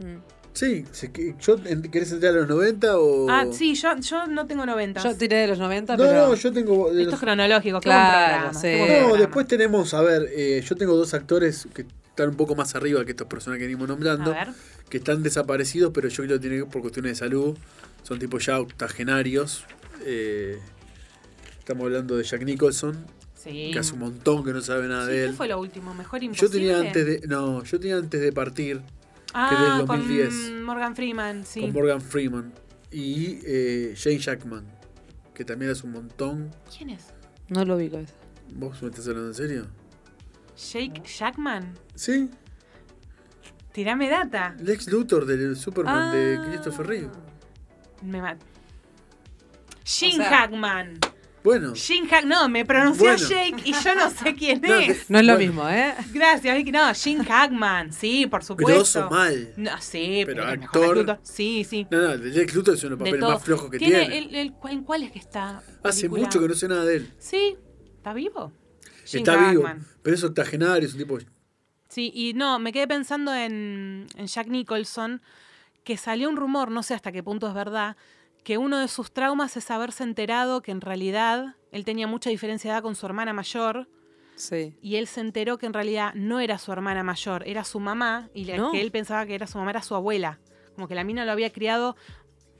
S4: Mm.
S5: Sí, se- que- yo, en- ¿querés entrar a los 90 o.?
S1: Ah, sí, yo, yo no tengo 90.
S4: Yo tiré de los 90,
S5: No,
S4: pero.
S5: no, yo tengo.
S1: Esto
S5: de
S1: es
S5: los-
S1: cronológico, qué
S4: Claro,
S1: buen programa,
S4: sí.
S1: qué buen
S5: no,
S1: programa.
S5: después tenemos, a ver, eh, yo tengo dos actores que están un poco más arriba que estas personas que venimos
S1: A
S5: nombrando,
S1: ver.
S5: que están desaparecidos, pero yo creo que tienen que ver por cuestiones de salud. Son tipo ya octogenarios. eh, estamos hablando de Jack Nicholson,
S1: Sí.
S5: que hace un montón que no sabe nada
S1: Sí,
S5: de
S1: ¿Qué
S5: él.
S1: fue lo último? ¿Mejor
S5: Yo
S1: imposible?
S5: tenía antes de. No, yo tenía antes de partir
S1: Ah,
S5: del 2010.
S1: con Morgan Freeman, sí.
S5: con Morgan Freeman y eh, Jane Jackman, que también hace un montón.
S1: ¿Quién es?
S4: No lo ubico eso.
S5: ¿Vos me estás hablando en serio?
S1: ¿Jake Jackman?
S5: Sí,
S1: Tirame data.
S5: Lex Luthor del Superman de
S1: Ah.
S5: Christopher Reeve.
S1: Me mat... Jim
S4: sea-
S1: Hackman.
S5: Bueno,
S1: Jim Hack... No, me pronunció
S5: Bueno.
S1: Jake y yo no sé quién
S5: No,
S1: es.
S4: No es lo
S5: Bueno.
S4: mismo, ¿eh?
S1: Gracias, Vicky. No, Jim Hackman. Sí, por supuesto.
S5: grosso mal.
S1: No, sí,
S5: Pero
S1: pero, es mejor
S5: actor-
S1: que Luthor. Sí, sí.
S5: No, no, Lex Luthor es uno de los
S1: De
S5: papeles
S1: todo.
S5: más flojos que tiene.
S1: ¿Tiene el- el- cu- ¿En cuál es que está?
S5: Hace
S1: película?
S5: mucho que no sé nada de él.
S1: Sí, ¿está vivo? Jim
S5: Está
S1: Hackman.
S5: vivo, pero es octogenario, es un tipo.
S1: Sí, y no, me quedé pensando en, en Jack Nicholson, que salió un rumor, no sé hasta qué punto es verdad, que uno de sus traumas es haberse enterado que en realidad él tenía mucha diferencia de edad con su hermana mayor
S4: Sí.
S1: y él se enteró que en realidad no era su hermana mayor, era su mamá y la
S4: No.
S1: que él pensaba que era su mamá era su abuela. Como que la mina lo había criado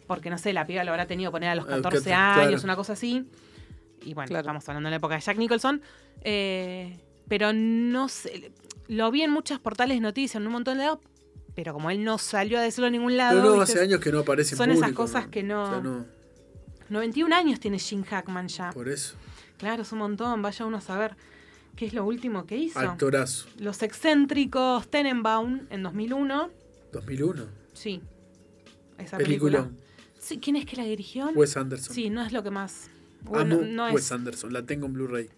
S1: porque, no sé, la piba lo habrá tenido poner a los
S5: Ah, que-
S1: 14
S5: claro.
S1: años, una cosa así. Y bueno,
S4: Claro.
S1: estamos hablando de la época de Jack Nicholson. Eh, pero no sé, lo vi en muchos portales de noticias, en un montón de lados, pero como él no salió a decirlo en ningún lado,
S5: No, no,
S1: ¿viste?
S5: hace años que no aparece en
S1: son esas
S5: público,
S1: cosas que no-
S5: o sea, no,
S1: 91 años tiene Jim Hackman ya.
S5: por eso.
S1: Claro, es un montón, vaya uno a saber qué es lo último que hizo.
S5: Actorazo.
S1: Los excéntricos Tenenbaum en 2001.
S5: 2001.
S1: Sí. Esa película.
S5: Película.
S1: Sí, ¿Quién es que la dirigió?
S5: Wes Anderson.
S1: Sí, no es lo que más.
S5: Amo
S1: Bueno, no
S5: Wes
S1: es.
S5: Anderson. La tengo en Blu-ray.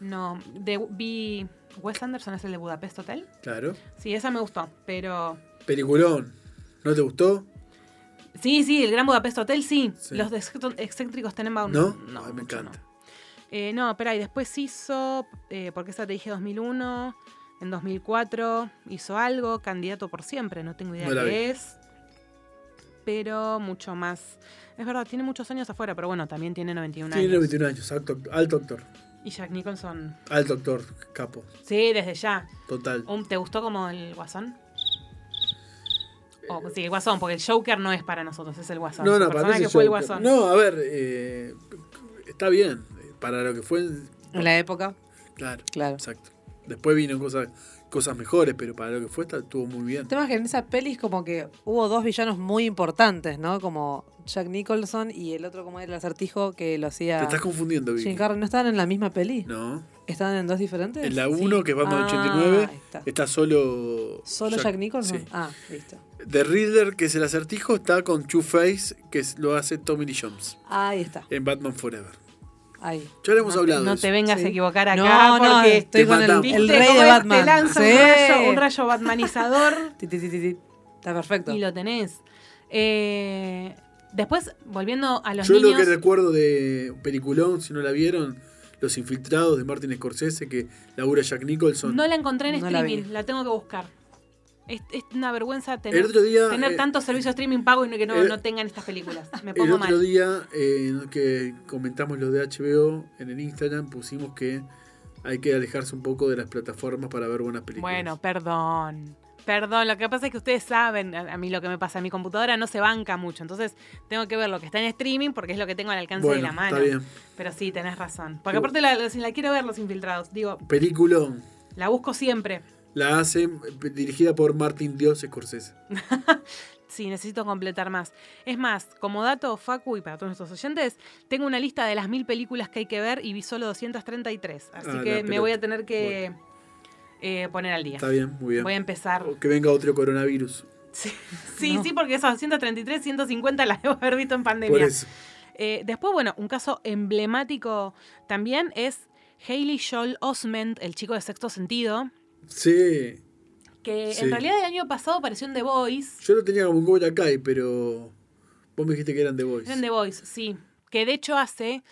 S1: No, de, vi. Wes Anderson es el de Budapest Hotel.
S5: Claro.
S1: Sí, esa me gustó, pero.
S5: Peliculón. ¿No te gustó?
S1: Sí, sí, el Gran Budapest Hotel, sí.
S5: Sí.
S1: Los de Excéntri- excéntricos Tenenbaum.
S5: ¿No?
S1: no
S5: Ay, me
S1: mucho no.
S5: encanta.
S1: Eh, no, pero ahí después hizo, eh, porque esa te dije 2001, en 2004 hizo algo, Candidato por Siempre, no tengo idea
S5: No la vi.
S1: qué es, pero mucho más. Es verdad, tiene muchos años afuera, pero bueno, también tiene 91
S5: Tiene
S1: años.
S5: 21 años. Alto, alto actor.
S1: Y Jack Nicholson,
S5: Alto actor. Capo.
S1: sí, desde ya.
S5: Total.
S1: Um, ¿Te gustó como el Guasón? O, sí, el Guasón, porque el Joker no es para nosotros, es el Guasón.
S5: No,
S1: Su
S5: no, para mí
S1: personaje
S5: es
S1: fue el
S5: Joker.
S1: Guasón.
S5: No, a ver, eh, está bien. eh, Para lo que fue,
S4: En la época.
S5: claro,
S4: Claro.
S5: exacto. Después vinieron cosas, cosas mejores, pero para lo que fue, está- estuvo muy bien.
S4: El tema es que en esas pelis como que hubo dos villanos muy importantes, ¿no? Como Jack Nicholson y el otro como era el acertijo que lo
S5: Te
S4: hacía...
S5: estás confundiendo, Vicky.
S4: Jim Carrey. ¿No estaban en la misma peli?
S5: No.
S4: ¿Estaban en dos diferentes?
S5: En la 1, que vamos al
S4: Ah,
S5: 89,
S4: ahí está.
S5: está. solo.
S4: ¿Solo Jack, Nicholson?
S5: Sí.
S4: Ah, listo.
S5: The Riddler, que es el acertijo, está con Two Face, que es- lo hace Tommy Lee Jones
S4: Ahí está.
S5: en Batman Forever.
S4: Ahí.
S5: Ya lo hemos hablado.
S1: No
S5: de
S1: te
S5: eso.
S1: vengas
S4: Sí.
S1: a equivocar acá
S4: No, no,
S1: porque
S4: estoy
S5: Te
S4: con el,
S5: matamos.
S4: el
S1: ¿Viste
S4: rey
S1: cómo
S4: de
S1: es?
S4: Batman.
S1: Te lanza
S4: Sí.
S1: un, rayo, un rayo batmanizador
S4: Ti, ti, ti, ti, ti. Está perfecto.
S1: y lo tenés. Eh, después, volviendo a los
S5: Yo
S1: niños.
S5: lo que recuerdo de Peliculón, si no la vieron, Los Infiltrados de Martin Scorsese, que labura Jack Nicholson.
S1: No la encontré en
S4: No la
S1: streaming,
S4: vi.
S1: la, tengo que buscar. Es, es una vergüenza
S5: el
S1: tener,
S5: otro día.
S1: tener
S5: eh,
S1: tanto servicio de streaming pago y no- que no,
S5: el-
S1: no tengan estas películas. Me
S5: El
S1: pongo
S5: otro
S1: mal.
S5: día eh, que comentamos los de HBO en el Instagram pusimos que hay que alejarse un poco de las plataformas para ver buenas películas.
S1: Bueno, perdón. Perdón, lo que pasa es que ustedes saben, a a mí lo que me pasa, mi computadora no se banca mucho, entonces tengo que ver lo que está en streaming porque es lo que tengo al alcance de
S5: Bueno,
S1: la mano.
S5: está bien.
S1: Pero sí, tenés razón. Porque aparte la, la- la quiero ver los infiltrados, digo,
S5: Peliculón.
S1: la busco siempre.
S5: La hace eh, dirigida por Martin Dios Scorsese.
S1: Sí, necesito completar más. Es más, como dato, Facu, y para todos nuestros oyentes, tengo una lista de las mil películas que hay que ver y vi solo 233. Así
S5: Ah, la
S1: que me
S5: pelota.
S1: voy a tener que eh, poner al día.
S5: Está bien, muy bien.
S1: Voy a empezar.
S5: O Que venga otro coronavirus.
S1: Sí, sí, sí, porque esas 133, 150 las debo haber visto en pandemia.
S5: Por eso.
S1: Eh, después, bueno, un caso emblemático también es Haley Joel Osment, el chico de sexto sentido,
S5: Sí.
S1: que
S5: Sí.
S1: en realidad el año pasado apareció en The Voice.
S5: Yo lo tenía como un Cobra Kai, pero vos me dijiste que eran The Voice.
S1: Era en The Voice, sí. Que de hecho hace,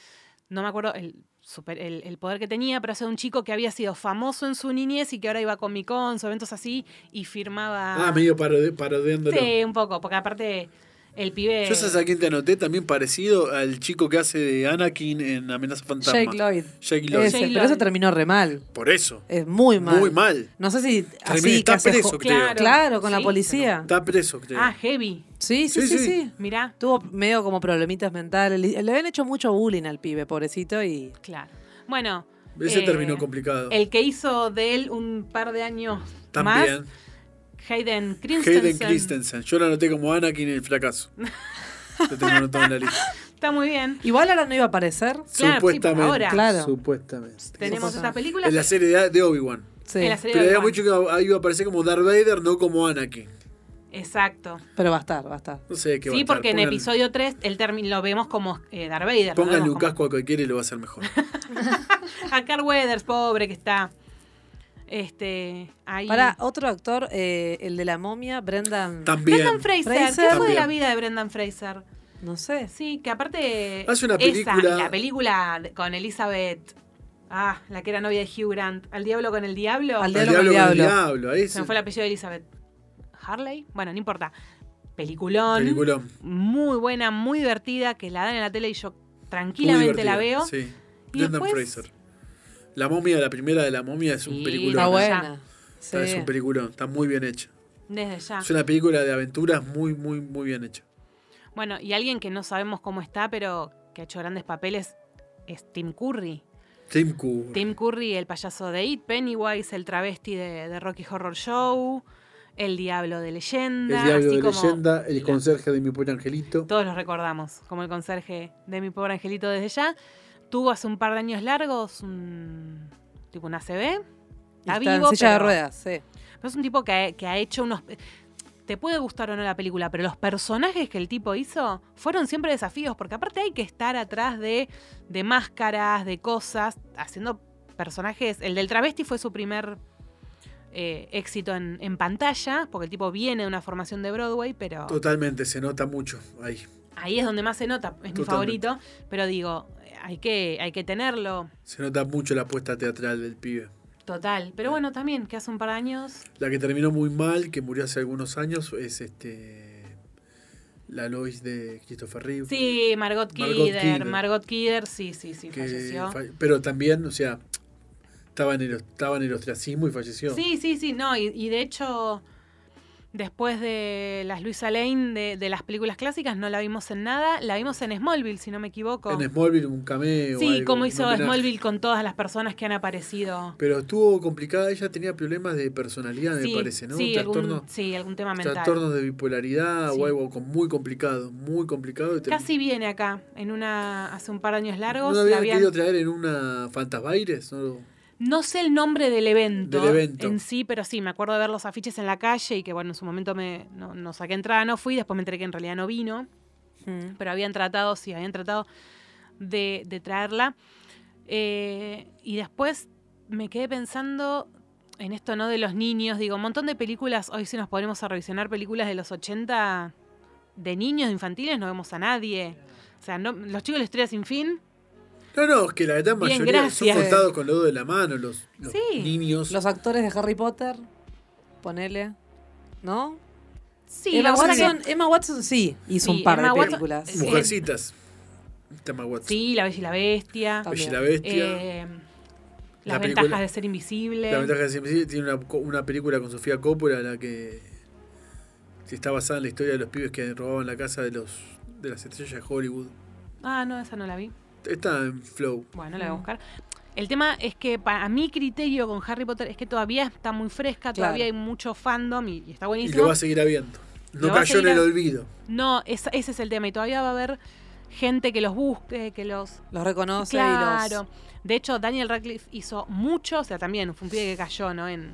S1: no me acuerdo el, super- el, el poder que tenía, pero hace de un chico que había sido famoso en su niñez y que ahora iba a Comic Con, eventos así, y firmaba.
S5: Ah, medio parode- parodiándolo.
S1: sí, un poco, porque aparte el pibe.
S5: Yo sabes a quién te anoté también parecido al chico que hace de Anakin en Amenaza Fantasma.
S4: Jake Lloyd.
S5: Jake Lloyd.
S4: Ese,
S1: Jake
S4: pero eso
S1: Lloyd.
S4: terminó re mal.
S5: Por eso.
S4: Es muy mal.
S5: Muy mal.
S4: No sé si así
S5: está
S4: que hace
S5: preso,
S4: jo-
S5: creo.
S1: Claro.
S4: Claro, con la
S1: Sí,
S4: policía.
S5: Está preso, creo.
S1: Ah, heavy.
S4: Sí, sí,
S5: Sí,
S4: sí,
S5: sí.
S4: sí,
S1: Mirá,
S4: Tuvo medio como problemitas mentales. Le le habían hecho mucho bullying al pibe, pobrecito, y
S1: claro. Bueno.
S5: Ese
S1: eh,
S5: terminó complicado.
S1: El que hizo de él un par de años
S5: También.
S1: más, Hayden Christensen.
S5: Hayden Christensen. Yo lo anoté como Anakin en el fracaso. Lo tengo anotado en la lista.
S1: Está muy bien.
S4: Igual ahora no iba a aparecer.
S1: Claro, sí, por
S5: Supuestamente.
S1: ahora.
S4: Claro.
S5: Supuestamente.
S1: Tenemos
S4: cosa.
S1: esta película.
S5: En la serie de, de Obi-Wan.
S4: Sí.
S1: en la serie
S5: Pero
S1: de
S5: había
S1: Obi-Wan.
S5: mucho que iba a aparecer como Darth Vader, no como Anakin.
S1: Exacto.
S4: Pero va a estar, va a estar.
S5: No sé de qué va a
S1: Sí,
S5: estar.
S1: porque en
S5: Pongan-
S1: episodio 3 el término lo vemos como eh, Darth Vader. lo
S5: Pónganle
S1: vemos
S5: un
S1: como-
S5: casco a cualquiera y lo va a hacer mejor.
S1: A Carl Weathers, pobre que está. Este. Ahí.
S4: Para otro actor, eh, el de la momia, Brendan.
S5: También.
S1: Brendan Fraser. ¿Qué
S4: Fraser.
S1: fue de la
S5: También.
S1: vida de Brendan Fraser?
S4: No sé.
S1: Sí, que aparte.
S5: Hace una
S1: Esa,
S5: película-
S1: la película de- con Elizabeth. Ah, la que era novia de Hugh Grant. Al diablo con el diablo.
S4: Al
S5: Al
S4: Diablo con
S5: diablo con el
S4: Diablo.
S5: diablo. Ahí
S1: Se
S5: sí.
S1: me fue el apellido de Elizabeth. ¿Harley? Bueno, no importa. Peliculón.
S5: Peliculón.
S1: Muy buena, muy divertida, que la dan en la tele y yo tranquilamente la
S5: divertida,
S1: veo.
S5: Sí.
S1: Y
S5: Brendan
S1: después-
S5: Fraser. La momia, la primera de la momia es un
S1: Sí,
S5: peliculón.
S4: Está
S1: Pero
S5: ¿eh?
S4: buena. Sí.
S5: Está- Es un peliculón, está muy bien hecho.
S1: Desde ya.
S5: Es una película de aventuras muy, muy, muy bien hecha.
S1: Bueno, y alguien que no sabemos cómo está, pero que ha hecho grandes papeles, es Tim Curry.
S5: Tim Curry.
S1: Tim Curry, el payaso de It, Pennywise, el travesti de, de Rocky Horror Show, el diablo de leyenda,
S5: El diablo
S1: así
S5: de
S1: como
S5: leyenda, el conserje de mi pobre angelito.
S1: todos los recordamos, como el conserje de mi pobre angelito desde ya. Tuvo hace un par de años largos un tipo una CB.
S4: Y
S1: Está,
S4: está en
S1: vivo,
S4: silla de
S1: pero-
S4: ruedas, sí.
S1: pero es un tipo que ha, que ha hecho unos. Te puede gustar o no la película, pero los personajes que el tipo hizo fueron siempre desafíos, porque aparte hay que estar atrás de, de máscaras, de cosas, haciendo personajes. El del travesti fue su primer eh, éxito en, en pantalla, porque el tipo viene de una formación de Broadway, pero
S5: Totalmente, se nota mucho ahí.
S1: ahí es donde más se nota, es mi
S5: Totalmente.
S1: favorito. Pero digo, hay que, hay que tenerlo
S5: Se nota mucho la apuesta teatral del pibe.
S1: total. Pero bueno, también, que hace un par de años.
S5: La que terminó muy mal, que murió hace algunos años, es este. La Lois de Christopher Reeve.
S1: Sí, Margot Kidder,
S5: Margot
S1: Margot
S5: Kidder.
S1: Kidder, sí, sí, sí,
S5: que
S1: falleció.
S5: fa- pero también, o sea, estaba en el, estaba en el ostracismo y falleció.
S1: Sí, sí, sí, no, y, y de hecho, después de las Luisa Lane, de, de las películas clásicas, no la vimos en nada, la vimos en Smallville, si no me equivoco.
S5: En Smallville un cameo.
S1: sí,
S5: algo,
S1: como
S5: un
S1: hizo
S5: homenaje.
S1: Smallville con todas las personas que han aparecido.
S5: Pero estuvo complicada, ella tenía problemas de personalidad,
S1: sí,
S5: me parece, ¿no?
S1: Sí,
S5: un trastorno,
S1: algún, sí, algún tema mental.
S5: trastornos de bipolaridad
S1: Sí.
S5: o algo con- muy complicado, muy complicado. y terminó-
S1: Casi viene acá, en una hace un par de años largos.
S5: este ¿No lo
S1: la
S5: habían
S1: habían-
S5: querido traer en una Fantasbaires? ¿No?
S1: No sé el nombre del evento,
S5: Del evento.
S1: en sí, pero sí, me acuerdo de ver los afiches en la calle y que, bueno, en su momento me, no, no saqué entrada, no fui, después me enteré que en realidad no vino,
S4: Mm.
S1: pero habían tratado, sí, habían tratado de, de traerla. Eh, y después me quedé pensando en esto, ¿no? De los niños, digo, un montón de películas, hoy si nos ponemos a revisionar películas de los 80 de niños infantiles, no vemos a nadie. O sea, no- los chicos de la historia sin fin,
S5: No, no, es que la gran
S1: Bien,
S5: mayoría son
S1: gracias.
S5: contados con los dedos de la mano, los, los
S1: Sí.
S5: niños.
S4: Los actores de Harry Potter, ponele. ¿No?
S1: sí, la
S4: Emma,
S1: verdad que-
S4: Watson, Emma Watson sí hizo
S1: Sí,
S4: un par
S1: Emma
S4: de
S1: Watson-
S4: películas.
S1: Sí.
S5: Mujercitas. Tema Watson.
S1: Sí, La Bella y la Bestia.
S5: Bella y
S4: también.
S5: la Bestia.
S1: Eh, Las
S5: La película-
S1: ventajas de ser invisible.
S5: La ventaja de ser invisible tiene una, co- una película con Sofía Coppola, la que que está basada en la historia de los pibes que robaban la casa de los de las estrellas de Hollywood.
S1: Ah, no, esa no la vi.
S5: Está en Flow.
S1: Bueno, la voy a buscar. El tema es que para mi criterio con Harry Potter es que todavía está muy fresca,
S4: Claro.
S1: todavía hay mucho fandom y, y está
S5: Y
S1: buenísimo.
S5: lo va a seguir habiendo.
S1: Lo
S5: No
S1: va a
S5: cayó en
S1: seguir
S5: el
S1: a-
S5: olvido.
S1: No, esa- ese es el tema. Y todavía va a haber gente que los busque, que los.
S4: Los reconoce y
S1: claro.
S4: los.
S1: De hecho, Daniel Radcliffe hizo mucho, o sea, también fue un pibe que cayó, ¿no? En,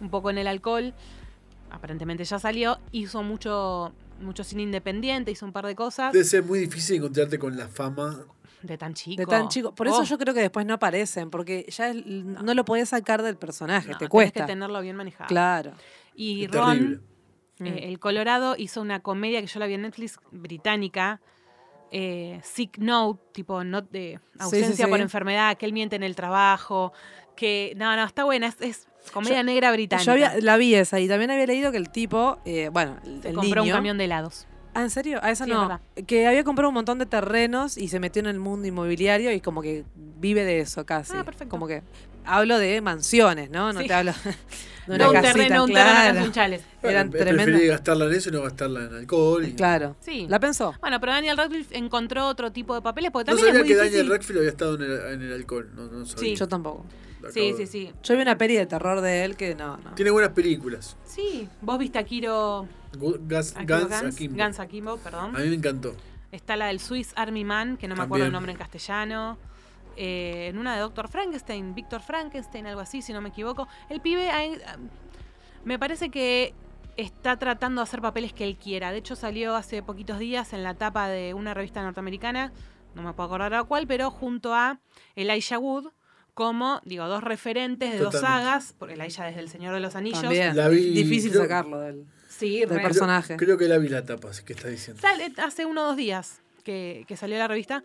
S1: un poco en el alcohol. Aparentemente ya salió. Hizo mucho, mucho cine independiente, hizo un par de cosas.
S5: Debe
S1: De,
S5: ser muy difícil encontrarte con la fama.
S1: tan chico.
S4: De tan chico. Por eso
S1: Oh,
S4: yo creo que después no aparecen, porque ya es- no. lo podés sacar del personaje,
S1: no,
S4: te
S1: tenés
S4: cuesta.
S1: que tenerlo bien manejado.
S4: Claro.
S1: Y
S5: Es
S1: Ron,
S5: terrible.
S4: Mm.
S1: eh, el Colorado, hizo una comedia que yo la vi en Netflix británica, eh, Sick Note, tipo no, de ausencia
S4: sí.
S1: por enfermedad, que él miente en el trabajo, que no, no, está buena, es, es comedia
S4: Yo-
S1: negra británica.
S4: Yo había- la vi esa y también había leído que el tipo, eh, bueno, el,
S1: Se
S4: el
S1: compró un
S4: niño-
S1: camión de helados.
S4: Ah, ¿en serio? A esa
S1: Sí, es
S4: no.
S1: verdad.
S4: Que había comprado un montón de terrenos y se metió en el mundo inmobiliario y como que vive de eso casi.
S1: Ah, perfecto.
S4: Como que hablo de mansiones, ¿no? No
S1: Sí.
S4: te hablo de una
S1: no un
S4: casita,
S1: terreno, un terreno,
S4: claro.
S1: acá en Sunchales.
S4: Eran
S5: Bueno,
S4: tremendas-
S5: Preferí gastarla en eso y no gastarla en alcohol. y-
S4: Claro.
S1: Sí.
S4: ¿La pensó?
S1: Bueno, pero Daniel Radcliffe encontró otro tipo de papeles, porque
S5: No
S1: también
S5: sabía
S1: es
S5: que
S1: muy
S5: Daniel
S1: difícil.
S5: Radcliffe había estado en el, en el alcohol. No, no sabía.
S4: Yo tampoco.
S5: Acabo
S1: sí,
S5: de-
S1: sí, sí.
S4: Yo vi una peli de terror de él que no, no.
S5: Tiene buenas películas.
S1: Sí, vos viste a Kiro,
S5: Gu- Gas,
S1: a Kiro
S5: Guns
S1: Gans,
S5: Akimbo.
S1: Gans Akimbo, perdón.
S5: A mí me encantó.
S1: Está la del Swiss Army Man, que no me acuerdo el
S5: También.
S1: nombre en castellano. Eh, en una de Doctor Frankenstein, Víctor Frankenstein, algo así, si no me equivoco. El pibe ha- ha- me parece que está tratando de hacer papeles que él quiera. De hecho, salió hace poquitos días en la tapa de una revista norteamericana, no me puedo acordar a cuál, pero junto a Elijah Wood, como, digo, dos referentes de dos
S5: Totalmente.
S1: sagas, por Elijah desde El Señor de los Anillos.
S4: También.
S5: La vi-
S4: Difícil
S5: creo-
S4: sacarlo del,
S1: Sí,
S4: del
S1: re-
S5: Creo-
S4: personaje.
S5: Creo, que la vi la tapa, así que está diciendo.
S1: Sale- hace uno o dos días que, que salió la revista.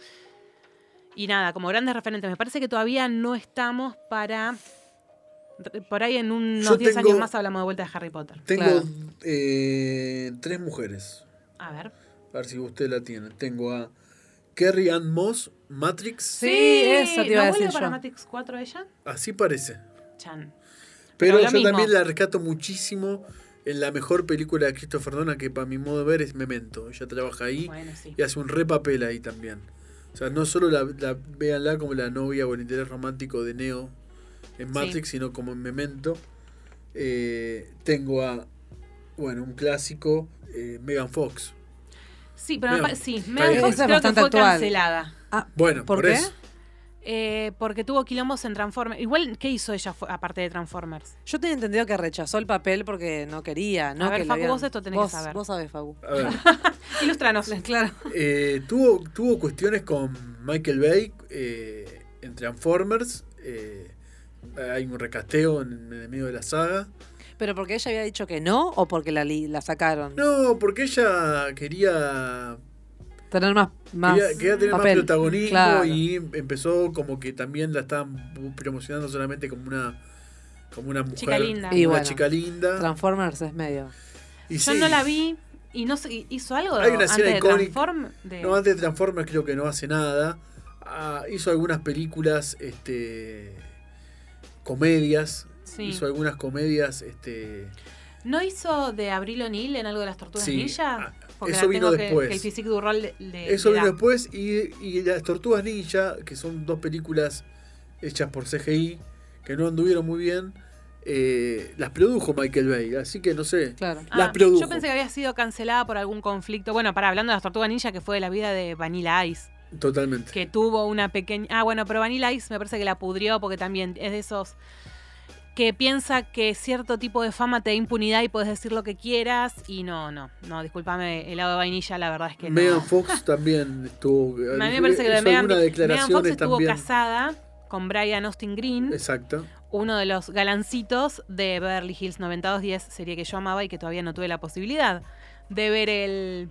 S1: Y nada, como grandes referentes, me parece que todavía no estamos para. Por ahí en unos
S5: Yo
S1: 10
S5: tengo-
S1: años más hablamos de vuelta de Harry Potter.
S5: Tengo
S4: Claro.
S5: eh, tres mujeres.
S1: A ver.
S5: A ver si usted la tiene. Tengo a Kerry Ann Moss, Matrix.
S4: Sí, eso te iba a
S1: ¿no vuelve
S4: decir
S1: para
S4: yo.
S1: Matrix 4 ella?
S5: Así parece.
S1: Chan. Pero
S5: Pero, yo
S1: lo mismo.
S5: también la rescato muchísimo en la mejor película de Christopher Nolan, que para mi modo de ver es Memento. Ella trabaja ahí
S1: Bueno, sí.
S5: y hace un repapel ahí también. O sea, no solo la, la véanla como la novia o el interés romántico de Neo en Matrix, sino como en Memento. Eh, tengo a, bueno, un clásico, eh, Megan Fox.
S1: Sí, pero me
S5: Megan-
S1: pa- sí,
S5: está
S1: Megan
S5: bien.
S1: Fox
S4: Esa
S1: creo
S4: es
S1: que
S4: bastante
S1: fue
S4: actual.
S1: cancelada.
S4: Ah,
S5: Bueno,
S4: ¿Por
S5: por,
S4: qué?
S5: eso.
S1: Eh, porque tuvo quilombos en Transformers. Igual, ¿qué hizo ella fu- aparte de Transformers?
S4: yo tenía entendido que rechazó el papel porque no quería, ¿no?
S1: A ver,
S4: que lo
S1: Facu,
S4: habían-
S1: vos esto tenés que
S4: Vos-
S1: saber.
S4: Vos sabés, Facu.
S5: A ver,
S1: Ilustranos. Claro.
S5: eh, tuvo, tuvo cuestiones con Michael Bay eh, en Transformers. eh, hay un recasteo en, en el medio de la saga.
S4: ¿Pero porque ella había dicho que no o porque la, li- la sacaron?
S5: No, porque ella quería
S4: Tener más, más
S5: Quería, quería tener
S4: papel.
S5: más protagonismo
S4: Claro.
S5: y empezó como que también la estaban bu- promocionando solamente como una como una mujer,
S1: Chica linda.
S5: como
S4: Y
S5: una
S4: bueno.
S5: chica linda.
S4: Transformers es medio.
S5: Y
S1: Yo
S5: sí,
S1: no la vi y no sé, ¿hizo algo
S5: Hay una
S1: antes
S5: escena
S1: de
S5: icónica.
S1: Transform? de-
S5: no, antes de Transformers creo que no hace nada. Ah, hizo algunas películas, este, comedias.
S1: Sí.
S5: Hizo algunas comedias, este,
S1: ¿No hizo de Abril O'Neill en algo de las Tortugas
S5: Sí,
S1: Ninja?
S5: ah, eso
S1: la
S5: vino
S1: tengo que-
S5: después.
S1: Que, el physique du rol le, le-
S5: Eso
S1: le
S5: vino
S1: da.
S5: después y, y Las Tortugas Ninja, que son dos películas hechas por CGI, que no anduvieron muy bien, eh, las produjo Michael Bay, así que no sé.
S4: Claro.
S1: Ah,
S5: las produjo.
S1: Yo pensé que había sido cancelada por algún conflicto. Bueno, para hablando de las Tortugas Ninja, que fue de la vida de Vanilla Ice,
S5: Totalmente.
S1: que tuvo una pequeña. Ah, bueno, pero Vanilla Ice me parece que la pudrió porque también es de esos que piensa que cierto tipo de fama te da impunidad y puedes decir lo que quieras. Y no, no, no, discúlpame, el lado de vainilla, la verdad es que
S5: Megan
S1: no.
S5: Fox también estuvo. eh,
S1: A mí me parece que lo de
S5: hizo
S1: Megan,
S5: algunas
S1: Megan Fox
S5: declaraciones
S1: estuvo
S5: también.
S1: casada con Brian Austin Green,
S5: Exacto.
S1: uno de los galancitos de Beverly Hills 90210, serie que yo amaba y que todavía no tuve la posibilidad de ver el...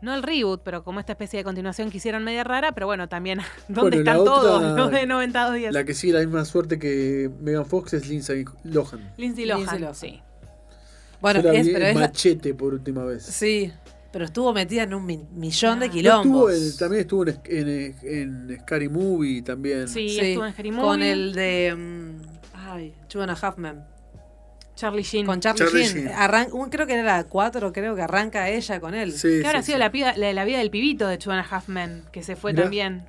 S1: No el reboot, pero como esta especie de continuación que hicieron media rara, pero bueno, también, ¿dónde
S5: Bueno,
S1: están
S5: la otra-
S1: todos los de 90210?
S5: La que sigue la misma suerte que Megan Fox es Lindsay Lohan.
S1: Lindsay
S4: Lindsay
S1: Lohan,
S4: Lohan.
S1: sí.
S4: Bueno,
S5: Yo la
S4: es,
S5: vi
S4: pero
S5: en
S4: es la-
S5: machete por última vez.
S4: Sí. Pero estuvo metida en un mi- millón de
S1: No
S5: No,
S4: quilombos.
S5: estuvo en- también estuvo en, en, en Scary Movie también.
S1: Sí,
S4: Sí,
S1: estuvo en Scary
S4: Con
S1: Movie.
S4: el de. mm, ay, Two and a Half Men.
S1: Charlie Sheen.
S4: Con Charlie,
S5: Charlie
S4: Sheen.
S5: Sheen.
S4: Arran- un- creo que era la 4, creo que arranca ella con él.
S5: Sí,
S1: ¿Qué habrá
S5: sí,
S1: sido
S5: sí.
S1: La, piba- la, la vida del pibito de Chuana Huffman? Que se fue
S5: Mirá.
S1: también.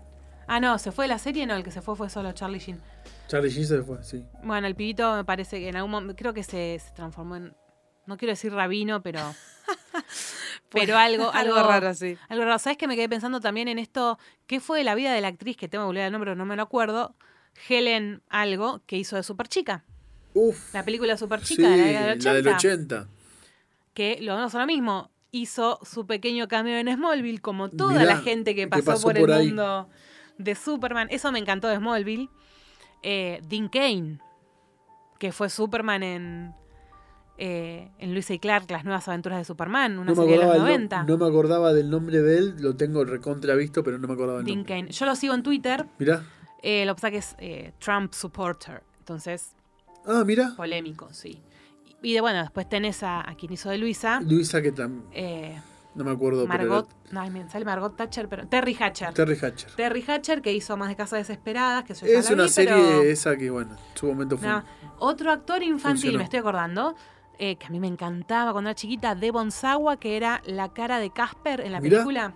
S1: Ah, no, ¿se fue de la serie? No, el que se fue fue solo Charlie Sheen.
S5: Charlie Sheen se fue, sí.
S1: Bueno, el pibito me parece que en algún momento. Creo que se, se transformó en. No quiero decir rabino, pero. pero algo, algo,
S4: algo raro así.
S1: Algo raro. ¿Sabes que me quedé pensando también en esto? ¿Qué fue de la vida de la actriz que tengo que volver al nombre, no me lo acuerdo? Helen Algo, que hizo de Superchica.
S5: Uf.
S1: La película Superchica
S5: sí,
S1: de la década del 80.
S5: la del 80.
S1: que lo vamos a lo mismo. Hizo su pequeño cameo en Smallville, como toda
S5: Mirá,
S1: la gente que
S5: que
S1: pasó,
S5: pasó
S1: por,
S5: por
S1: el
S5: ahí.
S1: mundo de Superman. Eso me encantó de Smallville. Eh, Dean Kane, que fue Superman en, eh, en Luis y Clark, Las Nuevas Aventuras de Superman, una
S5: No me,
S1: serie de los
S5: acordaba el
S1: 90.
S5: nom- no me acordaba del nombre de él, lo tengo recontra visto, pero no me acordaba el
S1: Dean
S5: nombre.
S1: Cain. Yo lo sigo en Twitter,
S5: Mirá.
S1: eh, lo que pasa que es eh, Trump supporter. Entonces,
S5: Ah, mirá.
S1: polémico, sí. Y, y de, bueno, después tenés a, a quien hizo de Luisa.
S5: Luisa que también.
S1: eh,
S5: No me acuerdo,
S1: Margot, no, ay, me sale Margot Thatcher, pero Terry Hatcher.
S5: pero. era Terry Hatcher.
S1: Terry Hatcher que hizo más de Casas Desesperadas, que yo ya
S5: Es
S1: la
S5: una
S1: vi,
S5: serie
S1: pero-
S5: esa que, bueno, en su momento fue.
S1: no. Otro actor infantil,
S5: Funcionó.
S1: me estoy acordando, eh, que a mí me encantaba cuando era chiquita, Devon Sawa, que era la cara de Casper en la
S5: Mirá.
S1: película.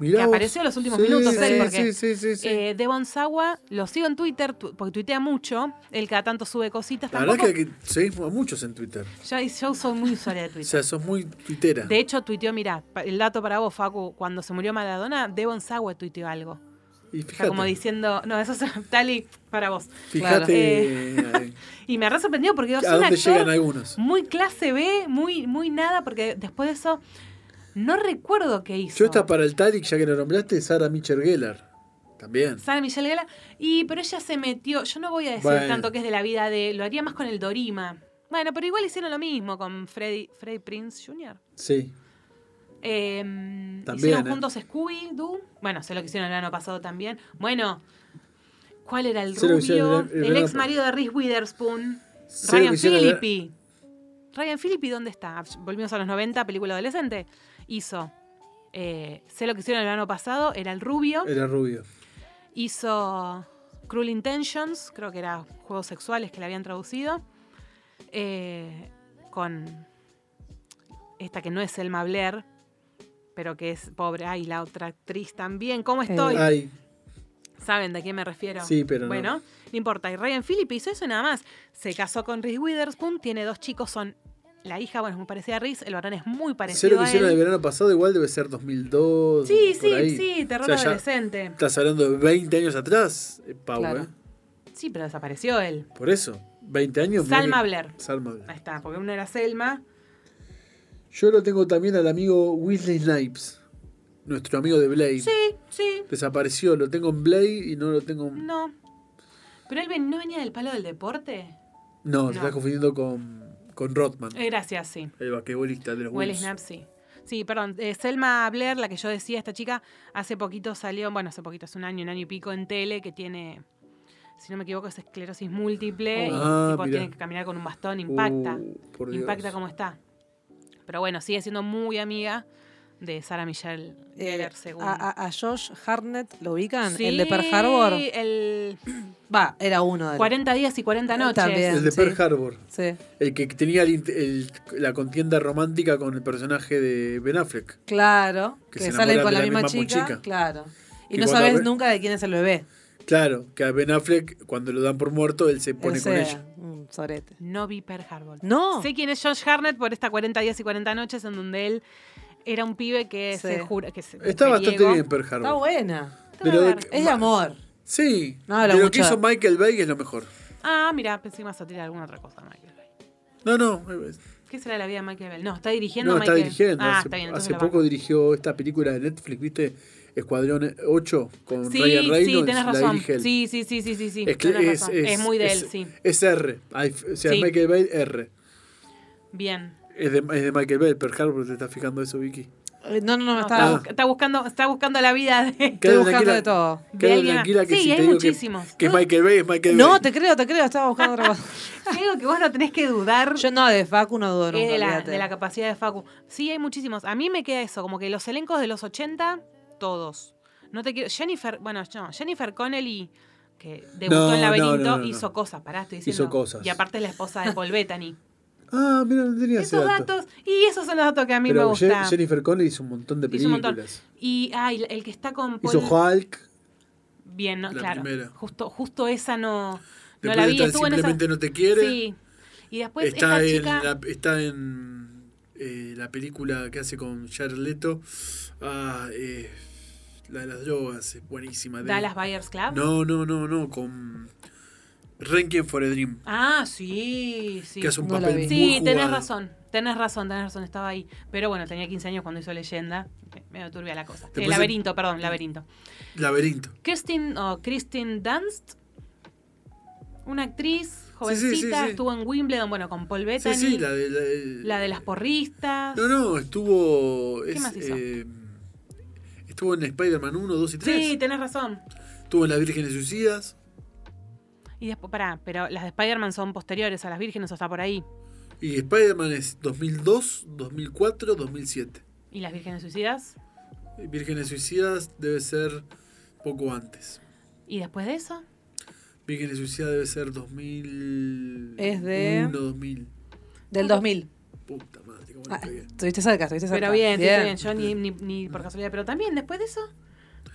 S5: Mirá
S1: que
S5: vos.
S1: apareció en los últimos minutos
S5: sí,
S1: él,
S5: sí,
S1: porque,
S5: sí, sí, sí.
S1: Eh, Devon Sawa, lo sigo en Twitter, tu- porque tuitea mucho, él cada tanto sube cositas.
S5: la verdad
S1: Tampoco,
S5: es que seguimos a muchos en Twitter.
S1: yo, yo soy muy usuaria de
S5: O
S1: Twitter.
S5: sea, sos muy tuitera.
S1: De hecho, tuiteó, mirá, pa- el dato para vos, Facu, cuando se murió Maradona, Devon Sawa tuiteó algo.
S5: y
S1: O
S5: fíjate,
S1: sea, como diciendo, no, eso es Tali para vos.
S5: fíjate
S1: Claro.
S5: eh,
S1: Y me re sorprendido porque es
S5: a
S1: un
S5: dónde
S1: actor
S5: llegan algunos.
S1: muy clase B, muy, muy nada, porque después de eso no recuerdo qué hizo.
S5: Yo está para el Tariq, ya que lo nombraste, Sara Mitchell Gellar. También.
S1: Sara Michelle Gela. Y pero ella se metió. Yo no voy a decir
S5: Bueno.
S1: tanto que es de la vida de. Lo haría más con el Dorima. Bueno, pero igual hicieron lo mismo con Freddy, Freddy Prince Jr.
S5: Sí.
S1: Eh, hicieron
S5: ¿eh?
S1: juntos Scooby-Doo. Bueno, sé lo que hicieron el año pasado también. Bueno, ¿cuál era el
S5: Sé lo que
S1: rubio?
S5: hicieron
S1: El,
S5: el- el verano-
S1: ex marido de Reese Witherspoon.
S5: Sé lo que
S1: Ryan
S5: hicieron el-
S1: Philippi. Ryan Philippi, ¿dónde está? Volvimos a los 90, película adolescente. Hizo. eh, sé lo que hicieron el verano pasado. Era el rubio.
S5: Era rubio.
S1: Hizo Cruel Intentions, creo que era juegos sexuales que le habían traducido. eh, con esta que no es Selma Blair, pero que es pobre. Ay, la otra actriz también. ¿Cómo estoy?
S5: Ay,
S1: ¿Saben de quién me refiero?
S5: Eh, ah. Sí, pero no.
S1: Bueno, no, importa. Y Ryan Phillippe hizo eso nada más. Se casó con Reese Witherspoon, tiene dos chicos, son... La hija, bueno, es muy parecida a Reese, el varón es muy
S5: sé lo
S1: parecido
S5: que
S1: a
S5: hicieron el
S1: él.
S5: verano pasado, igual debe ser 2002.
S1: Sí,
S5: por
S1: sí,
S5: ahí.
S1: sí,
S5: O
S1: terror
S5: sea, ya
S1: adolescente.
S5: Estás hablando de 20 años atrás, eh, Pau,
S4: Claro.
S5: ¿eh?
S1: Sí, pero desapareció él.
S5: Por eso. 20 años. mirá
S1: Salma
S5: que-
S1: Blair.
S5: Salma
S1: Ahí
S5: Blair.
S1: está, porque uno era Selma.
S5: Yo lo tengo también al amigo Weasley Snipes, nuestro amigo de Blade.
S1: Sí, sí,
S5: Desapareció, lo tengo en Blade y no lo tengo. No,
S1: no. Pero él ven- no venía del palo del deporte.
S5: te estás confundiendo con, con Rodman,
S1: Eh, gracias, sí.
S5: el basquetbolista de los
S1: Will
S5: Wolves.
S1: Snap, sí. Sí, perdón. eh, Selma Blair, la que yo decía, esta chica, hace poquito salió, bueno, hace poquito, hace un año, un año y pico en tele, que tiene, si no me equivoco, es esclerosis múltiple. y
S5: Ah,
S1: tipo,
S5: mirá.
S1: tiene que caminar con un bastón, impacta.
S5: Uh, por Dios.
S1: impacta como está. Pero bueno, sigue siendo muy amiga de Sara Michelle
S4: Eh,
S1: Gellar, según.
S4: a, a- a Josh Hartnett, ¿lo ubican?
S1: Sí,
S4: El de Pearl Harbor.
S1: el
S4: Va, era uno de los.
S1: 40 días y 40 noches.
S4: También.
S5: El de
S4: Sí.
S5: Pearl Harbor,
S4: Sí,
S5: el que tenía el int- el- la contienda romántica con el personaje de Ben Affleck.
S4: claro.
S5: Que
S4: Que,
S5: se
S4: salen
S5: enamoran
S4: con
S5: de
S4: la,
S5: la
S4: misma,
S5: misma
S4: chica,
S5: chica.
S4: Claro. Y
S5: Que
S4: no
S5: cuando
S4: sabes
S5: ve-
S4: nunca de quién es el bebé.
S5: Claro, que a Ben Affleck, cuando lo dan por muerto, él se pone
S4: Ese,
S5: con ella.
S4: Un sorete.
S1: No vi Pearl Harbor.
S4: No.
S1: Sé quién es Josh Harnett por esta 40 días y 40 noches en donde él era un pibe que
S4: Sí.
S1: se jura que se
S5: Está bastante
S1: mujeriego.
S5: bien Pearl Harbor.
S4: Está buena.
S1: Está
S5: Pero-
S1: bárbaro.
S4: Es de amor.
S5: Sí,
S4: No, la
S5: de lo que
S4: mucha-
S5: hizo Michael Bay es lo mejor.
S1: Ah, mira, pensé que me ibas a tirar alguna otra cosa, Michael Bay.
S5: No, no, es-
S1: ¿Qué será la vida de Michael Bell? No, está dirigiendo
S5: No,
S1: Michael.
S5: está dirigiendo.
S1: Ah,
S5: hace
S1: está bien, entonces
S5: hace
S1: la
S5: poco
S1: banco.
S5: dirigió esta película de Netflix, ¿viste? Escuadrón 8 con
S1: Sí,
S5: Ryan Reynolds.
S1: sí, tenés
S5: la
S1: razón.
S5: dirige él.
S1: Sí, sí, sí, sí, sí, sí.
S5: Es, que
S1: tenés
S5: es-
S1: razón. Es, muy de
S5: es-
S1: él, sí.
S5: Es R. Hay- o sea,
S1: Sí.
S5: Michael Bay, R.
S1: Bien.
S5: Es de, es de Michael Bay, Pearl Harbor, te estás fijando eso, Vicky.
S4: Eh, No, no, no,
S1: No,
S5: Ah.
S4: estaba,
S1: está, bu- está buscando, está buscando la vida de,
S4: estoy
S5: Quédate
S4: buscando
S5: tranquila.
S4: de todo.
S1: de
S5: Quédate
S1: alguien.
S5: tranquila que
S1: sí,
S5: si
S1: hay
S5: te digo que-
S1: muchísimos.
S5: Que, es Michael Bay es Michael Bay.
S4: No, te creo, te creo, estaba buscando otra cosa.
S1: Te digo que vos no tenés que dudar
S4: Yo no, de Facu no dudo
S1: que
S4: nunca,
S1: de, la,
S4: olvídate.
S1: de la capacidad de Facu. Sí, hay muchísimos. A mí me queda eso, como que los elencos de los 80, todos. No te quiero. Jennifer, bueno, no, Jennifer Connelly, que debutó
S5: No,
S1: en Laberinto,
S5: no, no, no, no.
S1: hizo cosas, pará, estoy diciendo.
S5: Hizo cosas.
S1: Y aparte es la esposa de Paul Bettany.
S5: Ah, mira, no tenía ese
S1: Esos
S5: dato.
S1: datos, y esos son los datos que a mí me
S5: Pero Je-
S1: gustan.
S5: Jennifer Connelly hizo un montón de
S1: Hizo un montón. Pues
S5: películas.
S1: Y ay, el que está con Paul
S5: Hizo Hulk.
S1: Bien, no,
S5: La
S1: claro.
S5: primera.
S1: Justo, justo esa no, no
S5: Después
S1: la vi.
S5: está
S1: Estuvo en esa.
S5: Simplemente no te quiere.
S1: Sí. Y después
S5: está,
S1: esta
S5: en
S1: chica.
S5: la, está en eh, la película que hace con Jared Leto. Ah, eh, la de las drogas, es buenísima. de-
S1: Dallas Buyers Club.
S5: No, no, no, no, con Rankin for a Dream.
S1: Ah, sí, sí.
S5: que hace un
S4: no la
S5: papel
S4: vi.
S5: muy
S1: Sí, tenés
S5: jugado.
S1: razón. Tenés razón, tenés razón, estaba ahí. Pero bueno, tenía 15 años cuando hizo Leyenda. Eh, Medio turbia la cosa. Eh,
S5: Después-
S1: laberinto, perdón, laberinto.
S5: Laberinto.
S1: Kirsten, o Kristin Dunst, una actriz jovencita,
S5: sí, sí, sí.
S1: estuvo en Wimbledon, bueno, con Paul
S5: Sí,
S1: Bettany.
S5: sí, la
S1: la,
S5: de, la de-
S1: de las porristas.
S5: No, no, estuvo.
S1: ¿Qué
S5: es,
S1: más hizo?
S5: eh, estuvo en Spider-Man 1, 2 y 3.
S1: sí, tenés razón.
S5: Estuvo en Las Vírgenes Suicidas.
S1: Y después, pará, pero las de Spider-Man son posteriores a las vírgenes o está por ahí.
S5: Y Spider-Man es 2002, 2004, 2007.
S1: ¿Y las vírgenes suicidas?
S5: Vírgenes Suicidas debe ser poco antes.
S1: ¿Y después de eso?
S5: Vírgenes Suicidas debe ser 2000.
S4: Es de-
S5: 1, 2000.
S4: Del 2000.
S5: Puta madre, cómo
S4: Ah,
S5: estoy bien.
S4: estuviste cerca, estuviste cerca.
S1: Pero bien, bien, bien. Yo ni, ni, ni por casualidad. Pero también, después de eso,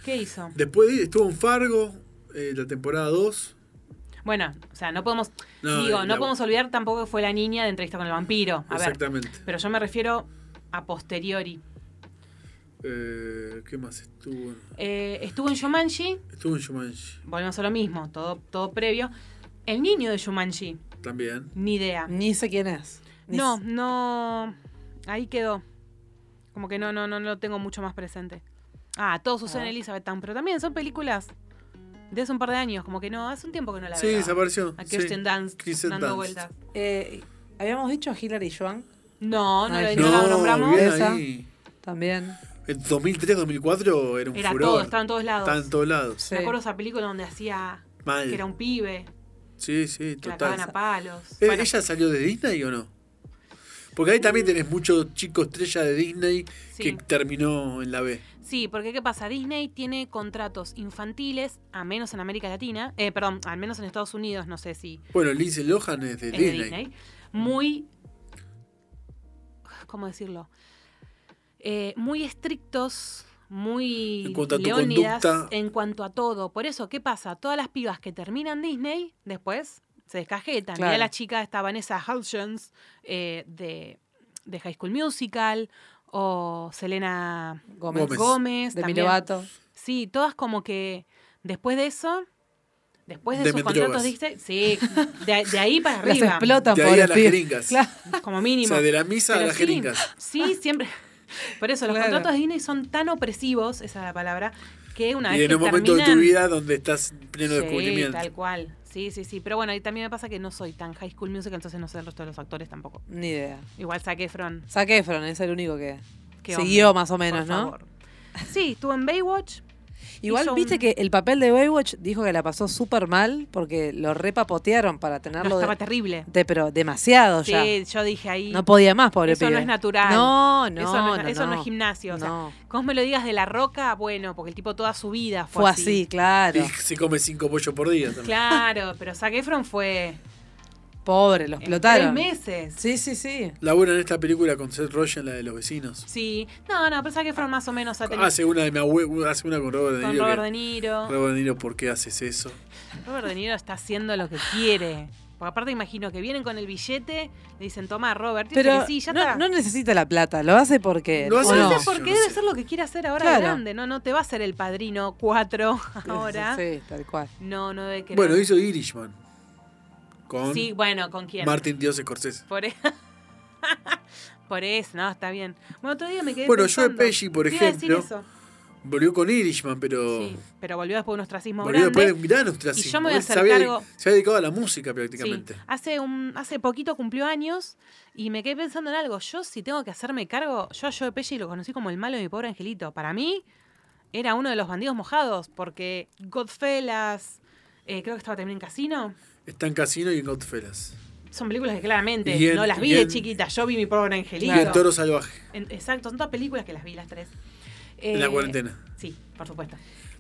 S1: ¿qué hizo?
S5: Después de- estuvo en Fargo, eh, la temporada 2.
S1: Bueno, o sea, no podemos.
S5: No,
S1: digo,
S5: eh,
S1: no
S5: la-
S1: podemos olvidar tampoco que fue la niña de entrevista con el vampiro. A ver.
S5: Exactamente.
S1: Pero yo me refiero a posteriori.
S5: Eh, ¿Qué más estuvo? en-
S1: Eh, estuvo en Shumanji,
S5: Estuvo en Shumanji
S1: volvemos a lo mismo, todo, todo previo. El niño de Shumanji,
S5: también.
S1: ni idea.
S4: Ni sé quién es. Ni
S1: No,
S4: sé.
S1: no. Ahí quedó. Como que no, no, no, no lo tengo mucho más presente. Ah, todo sucede en
S4: Ah.
S1: Elizabeth Town, pero también son películas de hace un par de años, como que no, hace un tiempo que no la
S5: Sí,
S1: veo.
S5: desapareció.
S1: A
S5: sí.
S1: Kirsten Dunst
S5: Kirsten
S1: dando
S5: Dunst.
S1: vueltas.
S4: Eh, Habíamos dicho Hillary Joan
S1: No, no,
S4: Ay,
S1: la- no la
S4: no,
S1: nombramos.
S5: bien
S4: Esa.
S5: ahí.
S4: también.
S5: En 2003, 2004 era un
S1: Era
S5: furor.
S1: todo, estaba en todos lados.
S5: Estaba en todos lados.
S4: Sí.
S1: Me acuerdo esa película donde hacía
S5: Mal.
S1: que era un pibe,
S5: Sí, sí,
S1: que la cagaban a
S5: total.
S1: palos.
S5: Eh,
S1: Bueno,
S5: ¿Ella salió de Disney o no? Porque ahí también tenés mucho chico estrella de Disney
S1: Sí.
S5: que terminó en la B.
S1: Sí, porque ¿qué pasa? Disney tiene contratos infantiles, a menos en América Latina, eh, perdón, al menos en Estados Unidos, no sé si
S5: Bueno, Lindsay Lohan es de
S1: es de
S5: Disney.
S1: Disney, muy, ¿cómo decirlo? Eh, muy estrictos, muy
S5: En cuanto a tu
S1: leónidas
S5: conducta.
S1: en cuanto a todo. Por eso, ¿qué pasa? Todas las pibas que terminan Disney, después se descajetan. Mirá
S4: Claro.
S1: la chica, esta Vanessa Hudgens eh, de, de High School Musical, o Selena
S4: Gómez.
S5: Gómez.
S1: Gómez
S4: De
S1: también.
S4: Milovato.
S1: Sí, todas como que después de eso, después de
S5: De
S1: sus
S5: Metrogas.
S1: contratos, diste, sí, de, de ahí para
S4: Las
S1: arriba,
S4: explotan,
S5: De ahí
S4: pobres
S5: a las
S4: pibes.
S5: jeringas.
S4: Claro.
S1: como
S5: O
S1: mínimo.
S5: sea, de la misa
S1: Pero
S5: a las
S1: sí,
S5: jeringas.
S1: Sí, siempre. Por eso, los
S4: Claro.
S1: contratos de Disney son tan opresivos, esa es la palabra, que una vez
S5: Y en
S1: que
S5: un momento de tu
S1: terminan-
S5: vida donde estás en pleno
S1: Sí,
S5: descubrimiento.
S1: tal cual. Sí, sí, sí. Pero bueno, y también me pasa que no soy tan high school musical, entonces no sé el resto de los actores tampoco.
S4: Ni idea.
S1: Igual saqué Efron.
S4: Zac Efron es el único que
S1: qué
S4: siguió
S1: hombre,
S4: más o menos,
S1: por
S4: ¿no?
S1: favor. Sí, estuvo en Baywatch.
S4: Igual
S1: Hizo
S4: viste
S1: un-
S4: que el papel de Baywatch dijo que la pasó súper mal porque lo repapotearon para
S1: No,
S4: tenerlo de-
S1: estaba terrible.
S4: de- pero demasiado ya.
S1: Sí, yo dije ahí.
S4: No podía más, pobre
S1: Eso no
S4: pibe.
S1: es natural.
S4: No, no,
S1: eso no, es-
S4: no,
S1: eso no
S4: no.
S1: es gimnasio. O sea,
S4: No.
S1: que vos me lo digas de la roca, bueno, porque el tipo toda su vida fue,
S4: Fue así, claro.
S5: Y se come cinco pollos por día también.
S1: Claro, pero Zac Efron fue
S4: Pobre, lo
S1: en
S4: explotaron.
S1: tres meses. Sí.
S4: Sí, sí, sí.
S5: Labura en esta película con Seth Rogen, la de los vecinos.
S1: No, no, pero Zac Efron más o menos
S5: Ah,
S1: ha tenido
S5: Hace una de mi abue- uh, hace una con Robert De
S1: con
S5: Niro.
S1: Robert
S5: que-
S1: De Niro.
S5: Robert De Niro, ¿por qué haces eso?
S1: Robert De Niro está haciendo lo que quiere. Porque aparte imagino que vienen con el billete, le dicen, toma Robert, y
S4: Pero
S1: dice que sí, ya
S4: no,
S1: está.
S4: no necesita la plata, lo hace porque.
S5: Lo
S4: ¿o
S5: hace
S1: No
S4: no?
S1: sé
S5: Sí,
S1: por
S5: yo
S1: qué
S5: no
S1: debe
S5: sé.
S1: ser lo que quiere hacer ahora
S4: Claro.
S1: grande, ¿no? No te va a ser el padrino 4 ahora.
S4: Sí, tal cual.
S1: No, no debe querer.
S5: Bueno, hizo Irishman. Con
S1: Sí, bueno, ¿con quién?
S5: Martin Dios Scorsese.
S1: Por, e- Por eso, no, está bien. Bueno, otro día me quedé
S5: Bueno,
S1: pensando.
S5: Joe Pesci, por
S1: Te iba a decir
S5: ejemplo,
S1: eso.
S5: Volvió con Irishman, pero.
S1: Sí, pero volvió después de un ostracismo
S5: volvió después de
S1: grande.
S5: un gran ostracismo.
S1: Y yo me voy a
S5: Él se
S1: hacer
S5: había,
S1: cargo-
S5: se había dedicado a la música
S1: Sí,
S5: prácticamente.
S1: hace, un, hace poquito cumplió años y me quedé pensando en algo. Yo, si tengo que hacerme cargo, yo a Joe Pesci lo conocí como el malo de mi pobre angelito. Para mí, era uno de los bandidos mojados, porque Godfellas, eh, creo que estaba también en Casino.
S5: Está en Casino y en Godfellas.
S1: Son películas que claramente
S5: Y en-
S1: no las vi
S5: y
S1: de
S5: en-
S1: chiquita. Yo vi mi pobre angelito.
S5: Y el Toro Salvaje,
S1: En- exacto, son todas películas que las vi las tres.
S5: en la
S1: Eh,
S5: cuarentena,
S1: Sí, por supuesto.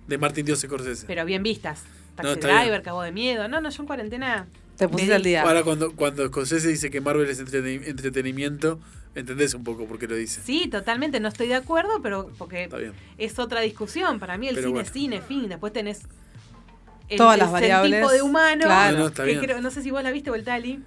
S5: de Martín Dios Scorsese.
S1: Pero bien vistas. Taxi
S5: No, está
S1: Driver,
S5: bien.
S1: Cabo de Miedo. No, no, yo en cuarentena.
S4: Te pusiste al día.
S5: Ahora cuando, cuando Scorsese dice que Marvel es entreten- entretenimiento, entendés un poco por qué lo dice.
S1: Sí, totalmente, no estoy de acuerdo, pero porque
S5: Está bien.
S1: es otra discusión. Para mí el
S5: Pero
S1: cine
S5: bueno.
S1: es cine, fin. Después tenés el,
S4: Todas las
S1: el
S4: variables.
S1: tipo de humano.
S4: Claro.
S5: No, no, está
S1: que
S5: bien.
S1: creo- no sé si vos la viste, Voltali.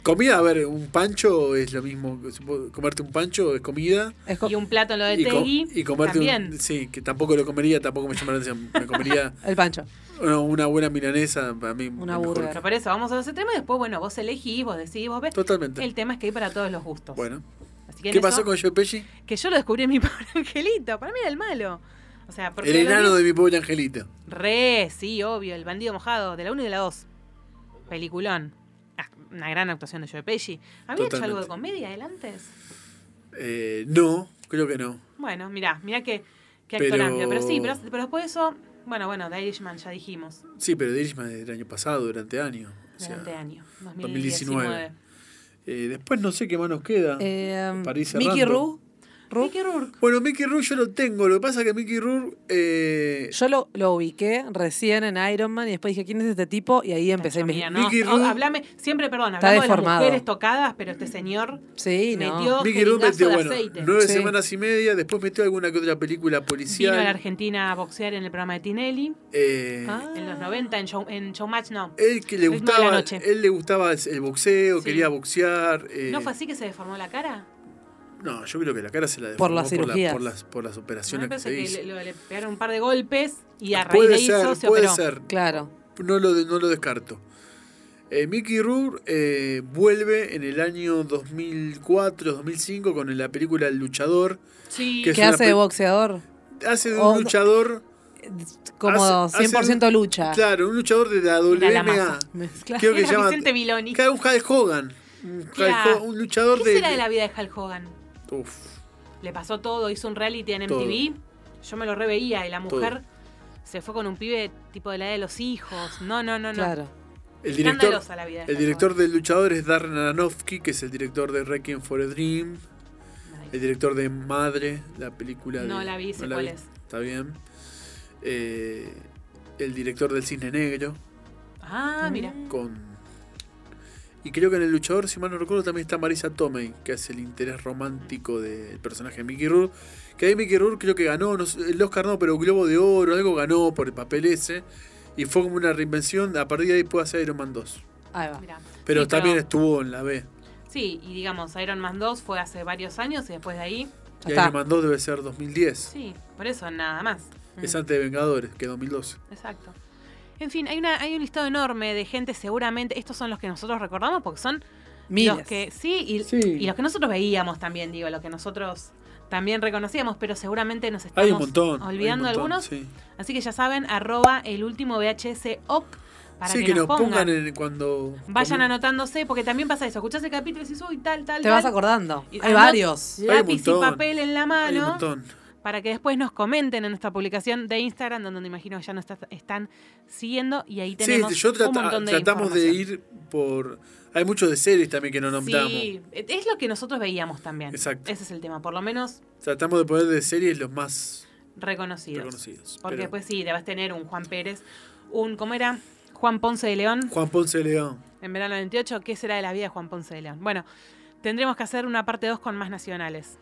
S5: Comida, a ver, un pancho es lo mismo. supo- Comerte un pancho es comida.
S4: Es co-
S1: Y un plato en lo de
S5: Y, co-
S1: Tegui.
S5: y comerte
S1: también.
S5: un. Sí, que tampoco lo comería, tampoco me llama la atención. Me comería
S4: El pancho.
S5: una, una buena milanesa para mí.
S4: Una
S5: mejor.
S4: burger.
S1: Pero por eso, vamos a los extremos y después, bueno, vos elegís, vos decidís, vos ves.
S5: Totalmente.
S1: El tema es que hay para todos los gustos.
S5: Bueno,
S1: Así que en
S5: ¿qué
S1: eso,
S5: pasó con Joe Pesci?
S1: Que yo lo descubrí en mi pobre angelito. Para mí era el malo. O sea, porque.
S5: El
S1: lo vi-
S5: enano de mi pobre angelito.
S1: Re, sí, obvio, El bandido mojado, de la 1 y de la 2. Peliculón. Ah, Una gran actuación de Joe Pesci. ¿Había hecho algo
S5: Totalmente.
S1: de comedia él antes?
S5: Eh, no, creo que no.
S1: Bueno, mirá, mirá que, que
S5: Pero-
S1: actor amplio. Pero sí, pero, pero después de eso, bueno, bueno, The Irishman ya dijimos,
S5: Sí, pero de Irishman es del año pasado, durante año. O sea,
S1: durante año, 2019.
S5: 2019. eh, después no sé qué más nos queda.
S4: Eh,
S5: Para ir
S4: Mickey
S5: cerrando.
S4: Roo. Roo.
S1: Mickey Rourke.
S5: Bueno, Mickey Rourke yo lo tengo. Lo que pasa es que Mickey Rourke. eh,
S4: Yo lo, lo ubiqué recién en Iron Man y después dije, ¿quién es este tipo? Y ahí empecé a
S1: Mira,
S4: investigar.
S1: no,
S5: Mickey
S1: no,
S5: Rourke-
S1: hablame, siempre, perdón,
S4: Está
S1: hablamos de las
S4: deformado.
S1: mujeres tocadas, pero este señor
S4: Sí,
S1: metió
S4: no.
S5: Mickey Rourke
S1: jeringazo
S5: metió,
S1: de
S5: bueno,
S1: aceite.
S5: nueve
S4: Sí.
S5: semanas y media. Después metió alguna que otra
S1: Vino
S5: película
S1: a la
S5: policial.
S1: Argentina a boxear en el programa de Tinelli.
S5: Eh,
S4: Ah.
S1: En los 90, en, show, en Showmatch, no.
S5: Él que le
S1: Ritmo de la
S5: gustaba,
S1: noche.
S5: él le gustaba el boxeo,
S1: Sí.
S5: quería boxear. eh,
S1: ¿No fue así que se deformó la cara?
S5: no, yo creo que la cara se la
S4: Por
S5: deformó
S4: las cirugías.
S5: por las, por las
S1: No,
S5: operaciones
S1: me
S5: que
S1: parece
S5: se
S1: que,
S5: hizo.
S1: le, lo- le pegaron un par de golpes y a raíz de
S5: Puede
S1: eso
S5: ser,
S1: se
S5: puede
S1: operó.
S5: ser.
S4: Claro.
S5: No lo, de- no lo descarto. Eh, Mickey Rourke eh, vuelve en el año 2004-2005 con la película El Luchador.
S1: Sí,
S5: Que Es
S4: ¿Qué
S5: una
S4: hace de
S5: pe-
S4: boxeador?
S5: Hace de un
S4: Oh,
S5: luchador,
S4: Como
S5: Hace- hace
S4: 100% lucha.
S5: claro, un luchador de
S1: Era
S5: la
S1: la
S5: WMA.
S1: masa.
S4: Mezcla-
S5: Creo que
S1: Era
S5: se llama.
S1: Vicente Miloni.
S5: Claro, un Hulk Hogan. Un, Hulk
S1: Claro.
S5: Hogan, un luchador
S1: ¿Qué
S5: de.
S1: será de la vida de Hulk Hogan?
S5: Uf,
S1: Le pasó todo, hizo un reality en MTV. Yo me lo reveía y la mujer se fue con un pibe tipo de la edad de los hijos. No, no, no, no.
S4: Claro.
S5: el director.
S1: Escandalosa la vida de
S5: El
S1: Hulk
S5: director del luchador es Darren Aronofsky, que es el director de Requiem for a Dream.
S1: Hogan. Ahí.
S5: El director de Madre, la película de.
S1: No la vi, sé cuál es.
S5: Está bien. Eh, el director del Cisne Negro.
S4: Mm.
S1: Ah, mira.
S5: Con. Y creo que en El Luchador, si mal no recuerdo, también está Marisa Tomei, que hace el interés romántico del personaje de Mickey Rourke. Que ahí Mickey Rourke creo que ganó, no sé, el Oscar no, pero Globo de Oro, algo ganó por el papel ese. Y fue como una reinvención. A partir de ahí puede hacer Iron Man 2.
S4: Ahí va.
S1: mira.
S5: Pero
S1: Sí,
S5: también estuvo en la B.
S1: Sí, y digamos, Iron Man 2 fue hace varios años y después de ahí.
S4: Ya
S5: Y
S4: está.
S5: Iron Man 2 debe ser 2010.
S1: Sí, por eso nada más.
S5: Es antes de Vengadores, que 2012.
S1: Exacto. En fin, hay, una, hay un listado enorme de gente, seguramente, estos son los que nosotros recordamos porque son los
S4: Miles.
S1: que sí y,
S5: Sí.
S1: y los que nosotros veíamos también, digo, los que nosotros también reconocíamos, pero seguramente nos estamos
S5: Hay un montón. hay un
S1: olvidando
S5: montón,
S1: algunos.
S5: Sí,
S1: Así que ya saben, arroba el último VHS OC para
S5: Sí,
S1: que,
S5: que,
S1: nos pongan.
S5: en- cuando.
S1: Vayan
S5: cuando-
S1: anotándose, porque también pasa eso. Escuchás el capítulo y decís, uy, tal, tal,
S4: Te
S1: tal.
S4: vas acordando.
S1: Y
S4: Hay
S1: además,
S4: varios.
S5: Hay un
S1: Lápiz y
S5: montón.
S1: papel en la
S5: Hay un
S1: mano
S5: montón.
S1: para que después nos comenten en nuestra publicación de Instagram, donde imagino que ya nos está- están siguiendo y ahí
S5: Sí,
S1: tenemos
S5: yo trata-
S1: un montón de
S5: tratamos de
S1: información.
S5: ir por. Hay muchos de series también que no nombramos.
S1: Sí, es lo que nosotros veíamos también.
S5: Exacto.
S1: Ese es el tema, por lo menos
S5: Tratamos de poner de series los más
S1: reconocidos.
S5: reconocidos.
S1: Porque pues
S5: pero-
S1: después sí, debas tener un Juan Pérez, un, ¿cómo era? Juan Ponce de León,
S5: Juan Ponce de León.
S1: en verano del 98. ¿Qué será de la vida de Juan Ponce de León? Bueno, tendremos que hacer una parte 2 con más nacionales.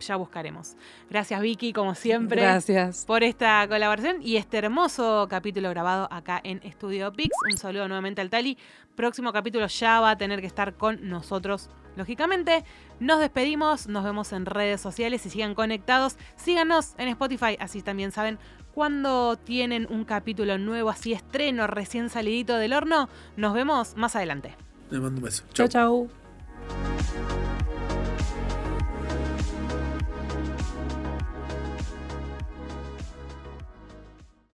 S1: Ya buscaremos. Gracias, Vicky, como siempre.
S4: Gracias.
S1: por esta colaboración y este hermoso capítulo grabado acá en Estudio Pix. Un saludo nuevamente al Tali. Próximo capítulo ya va a tener que estar con nosotros. Lógicamente, nos despedimos, nos vemos en redes sociales y sigan conectados. Síganos en Spotify, así también saben cuando tienen un capítulo nuevo, así estreno, recién salidito del horno. Nos vemos más adelante.
S5: Les mando un beso.
S4: Chau,
S5: Chau.
S4: chau.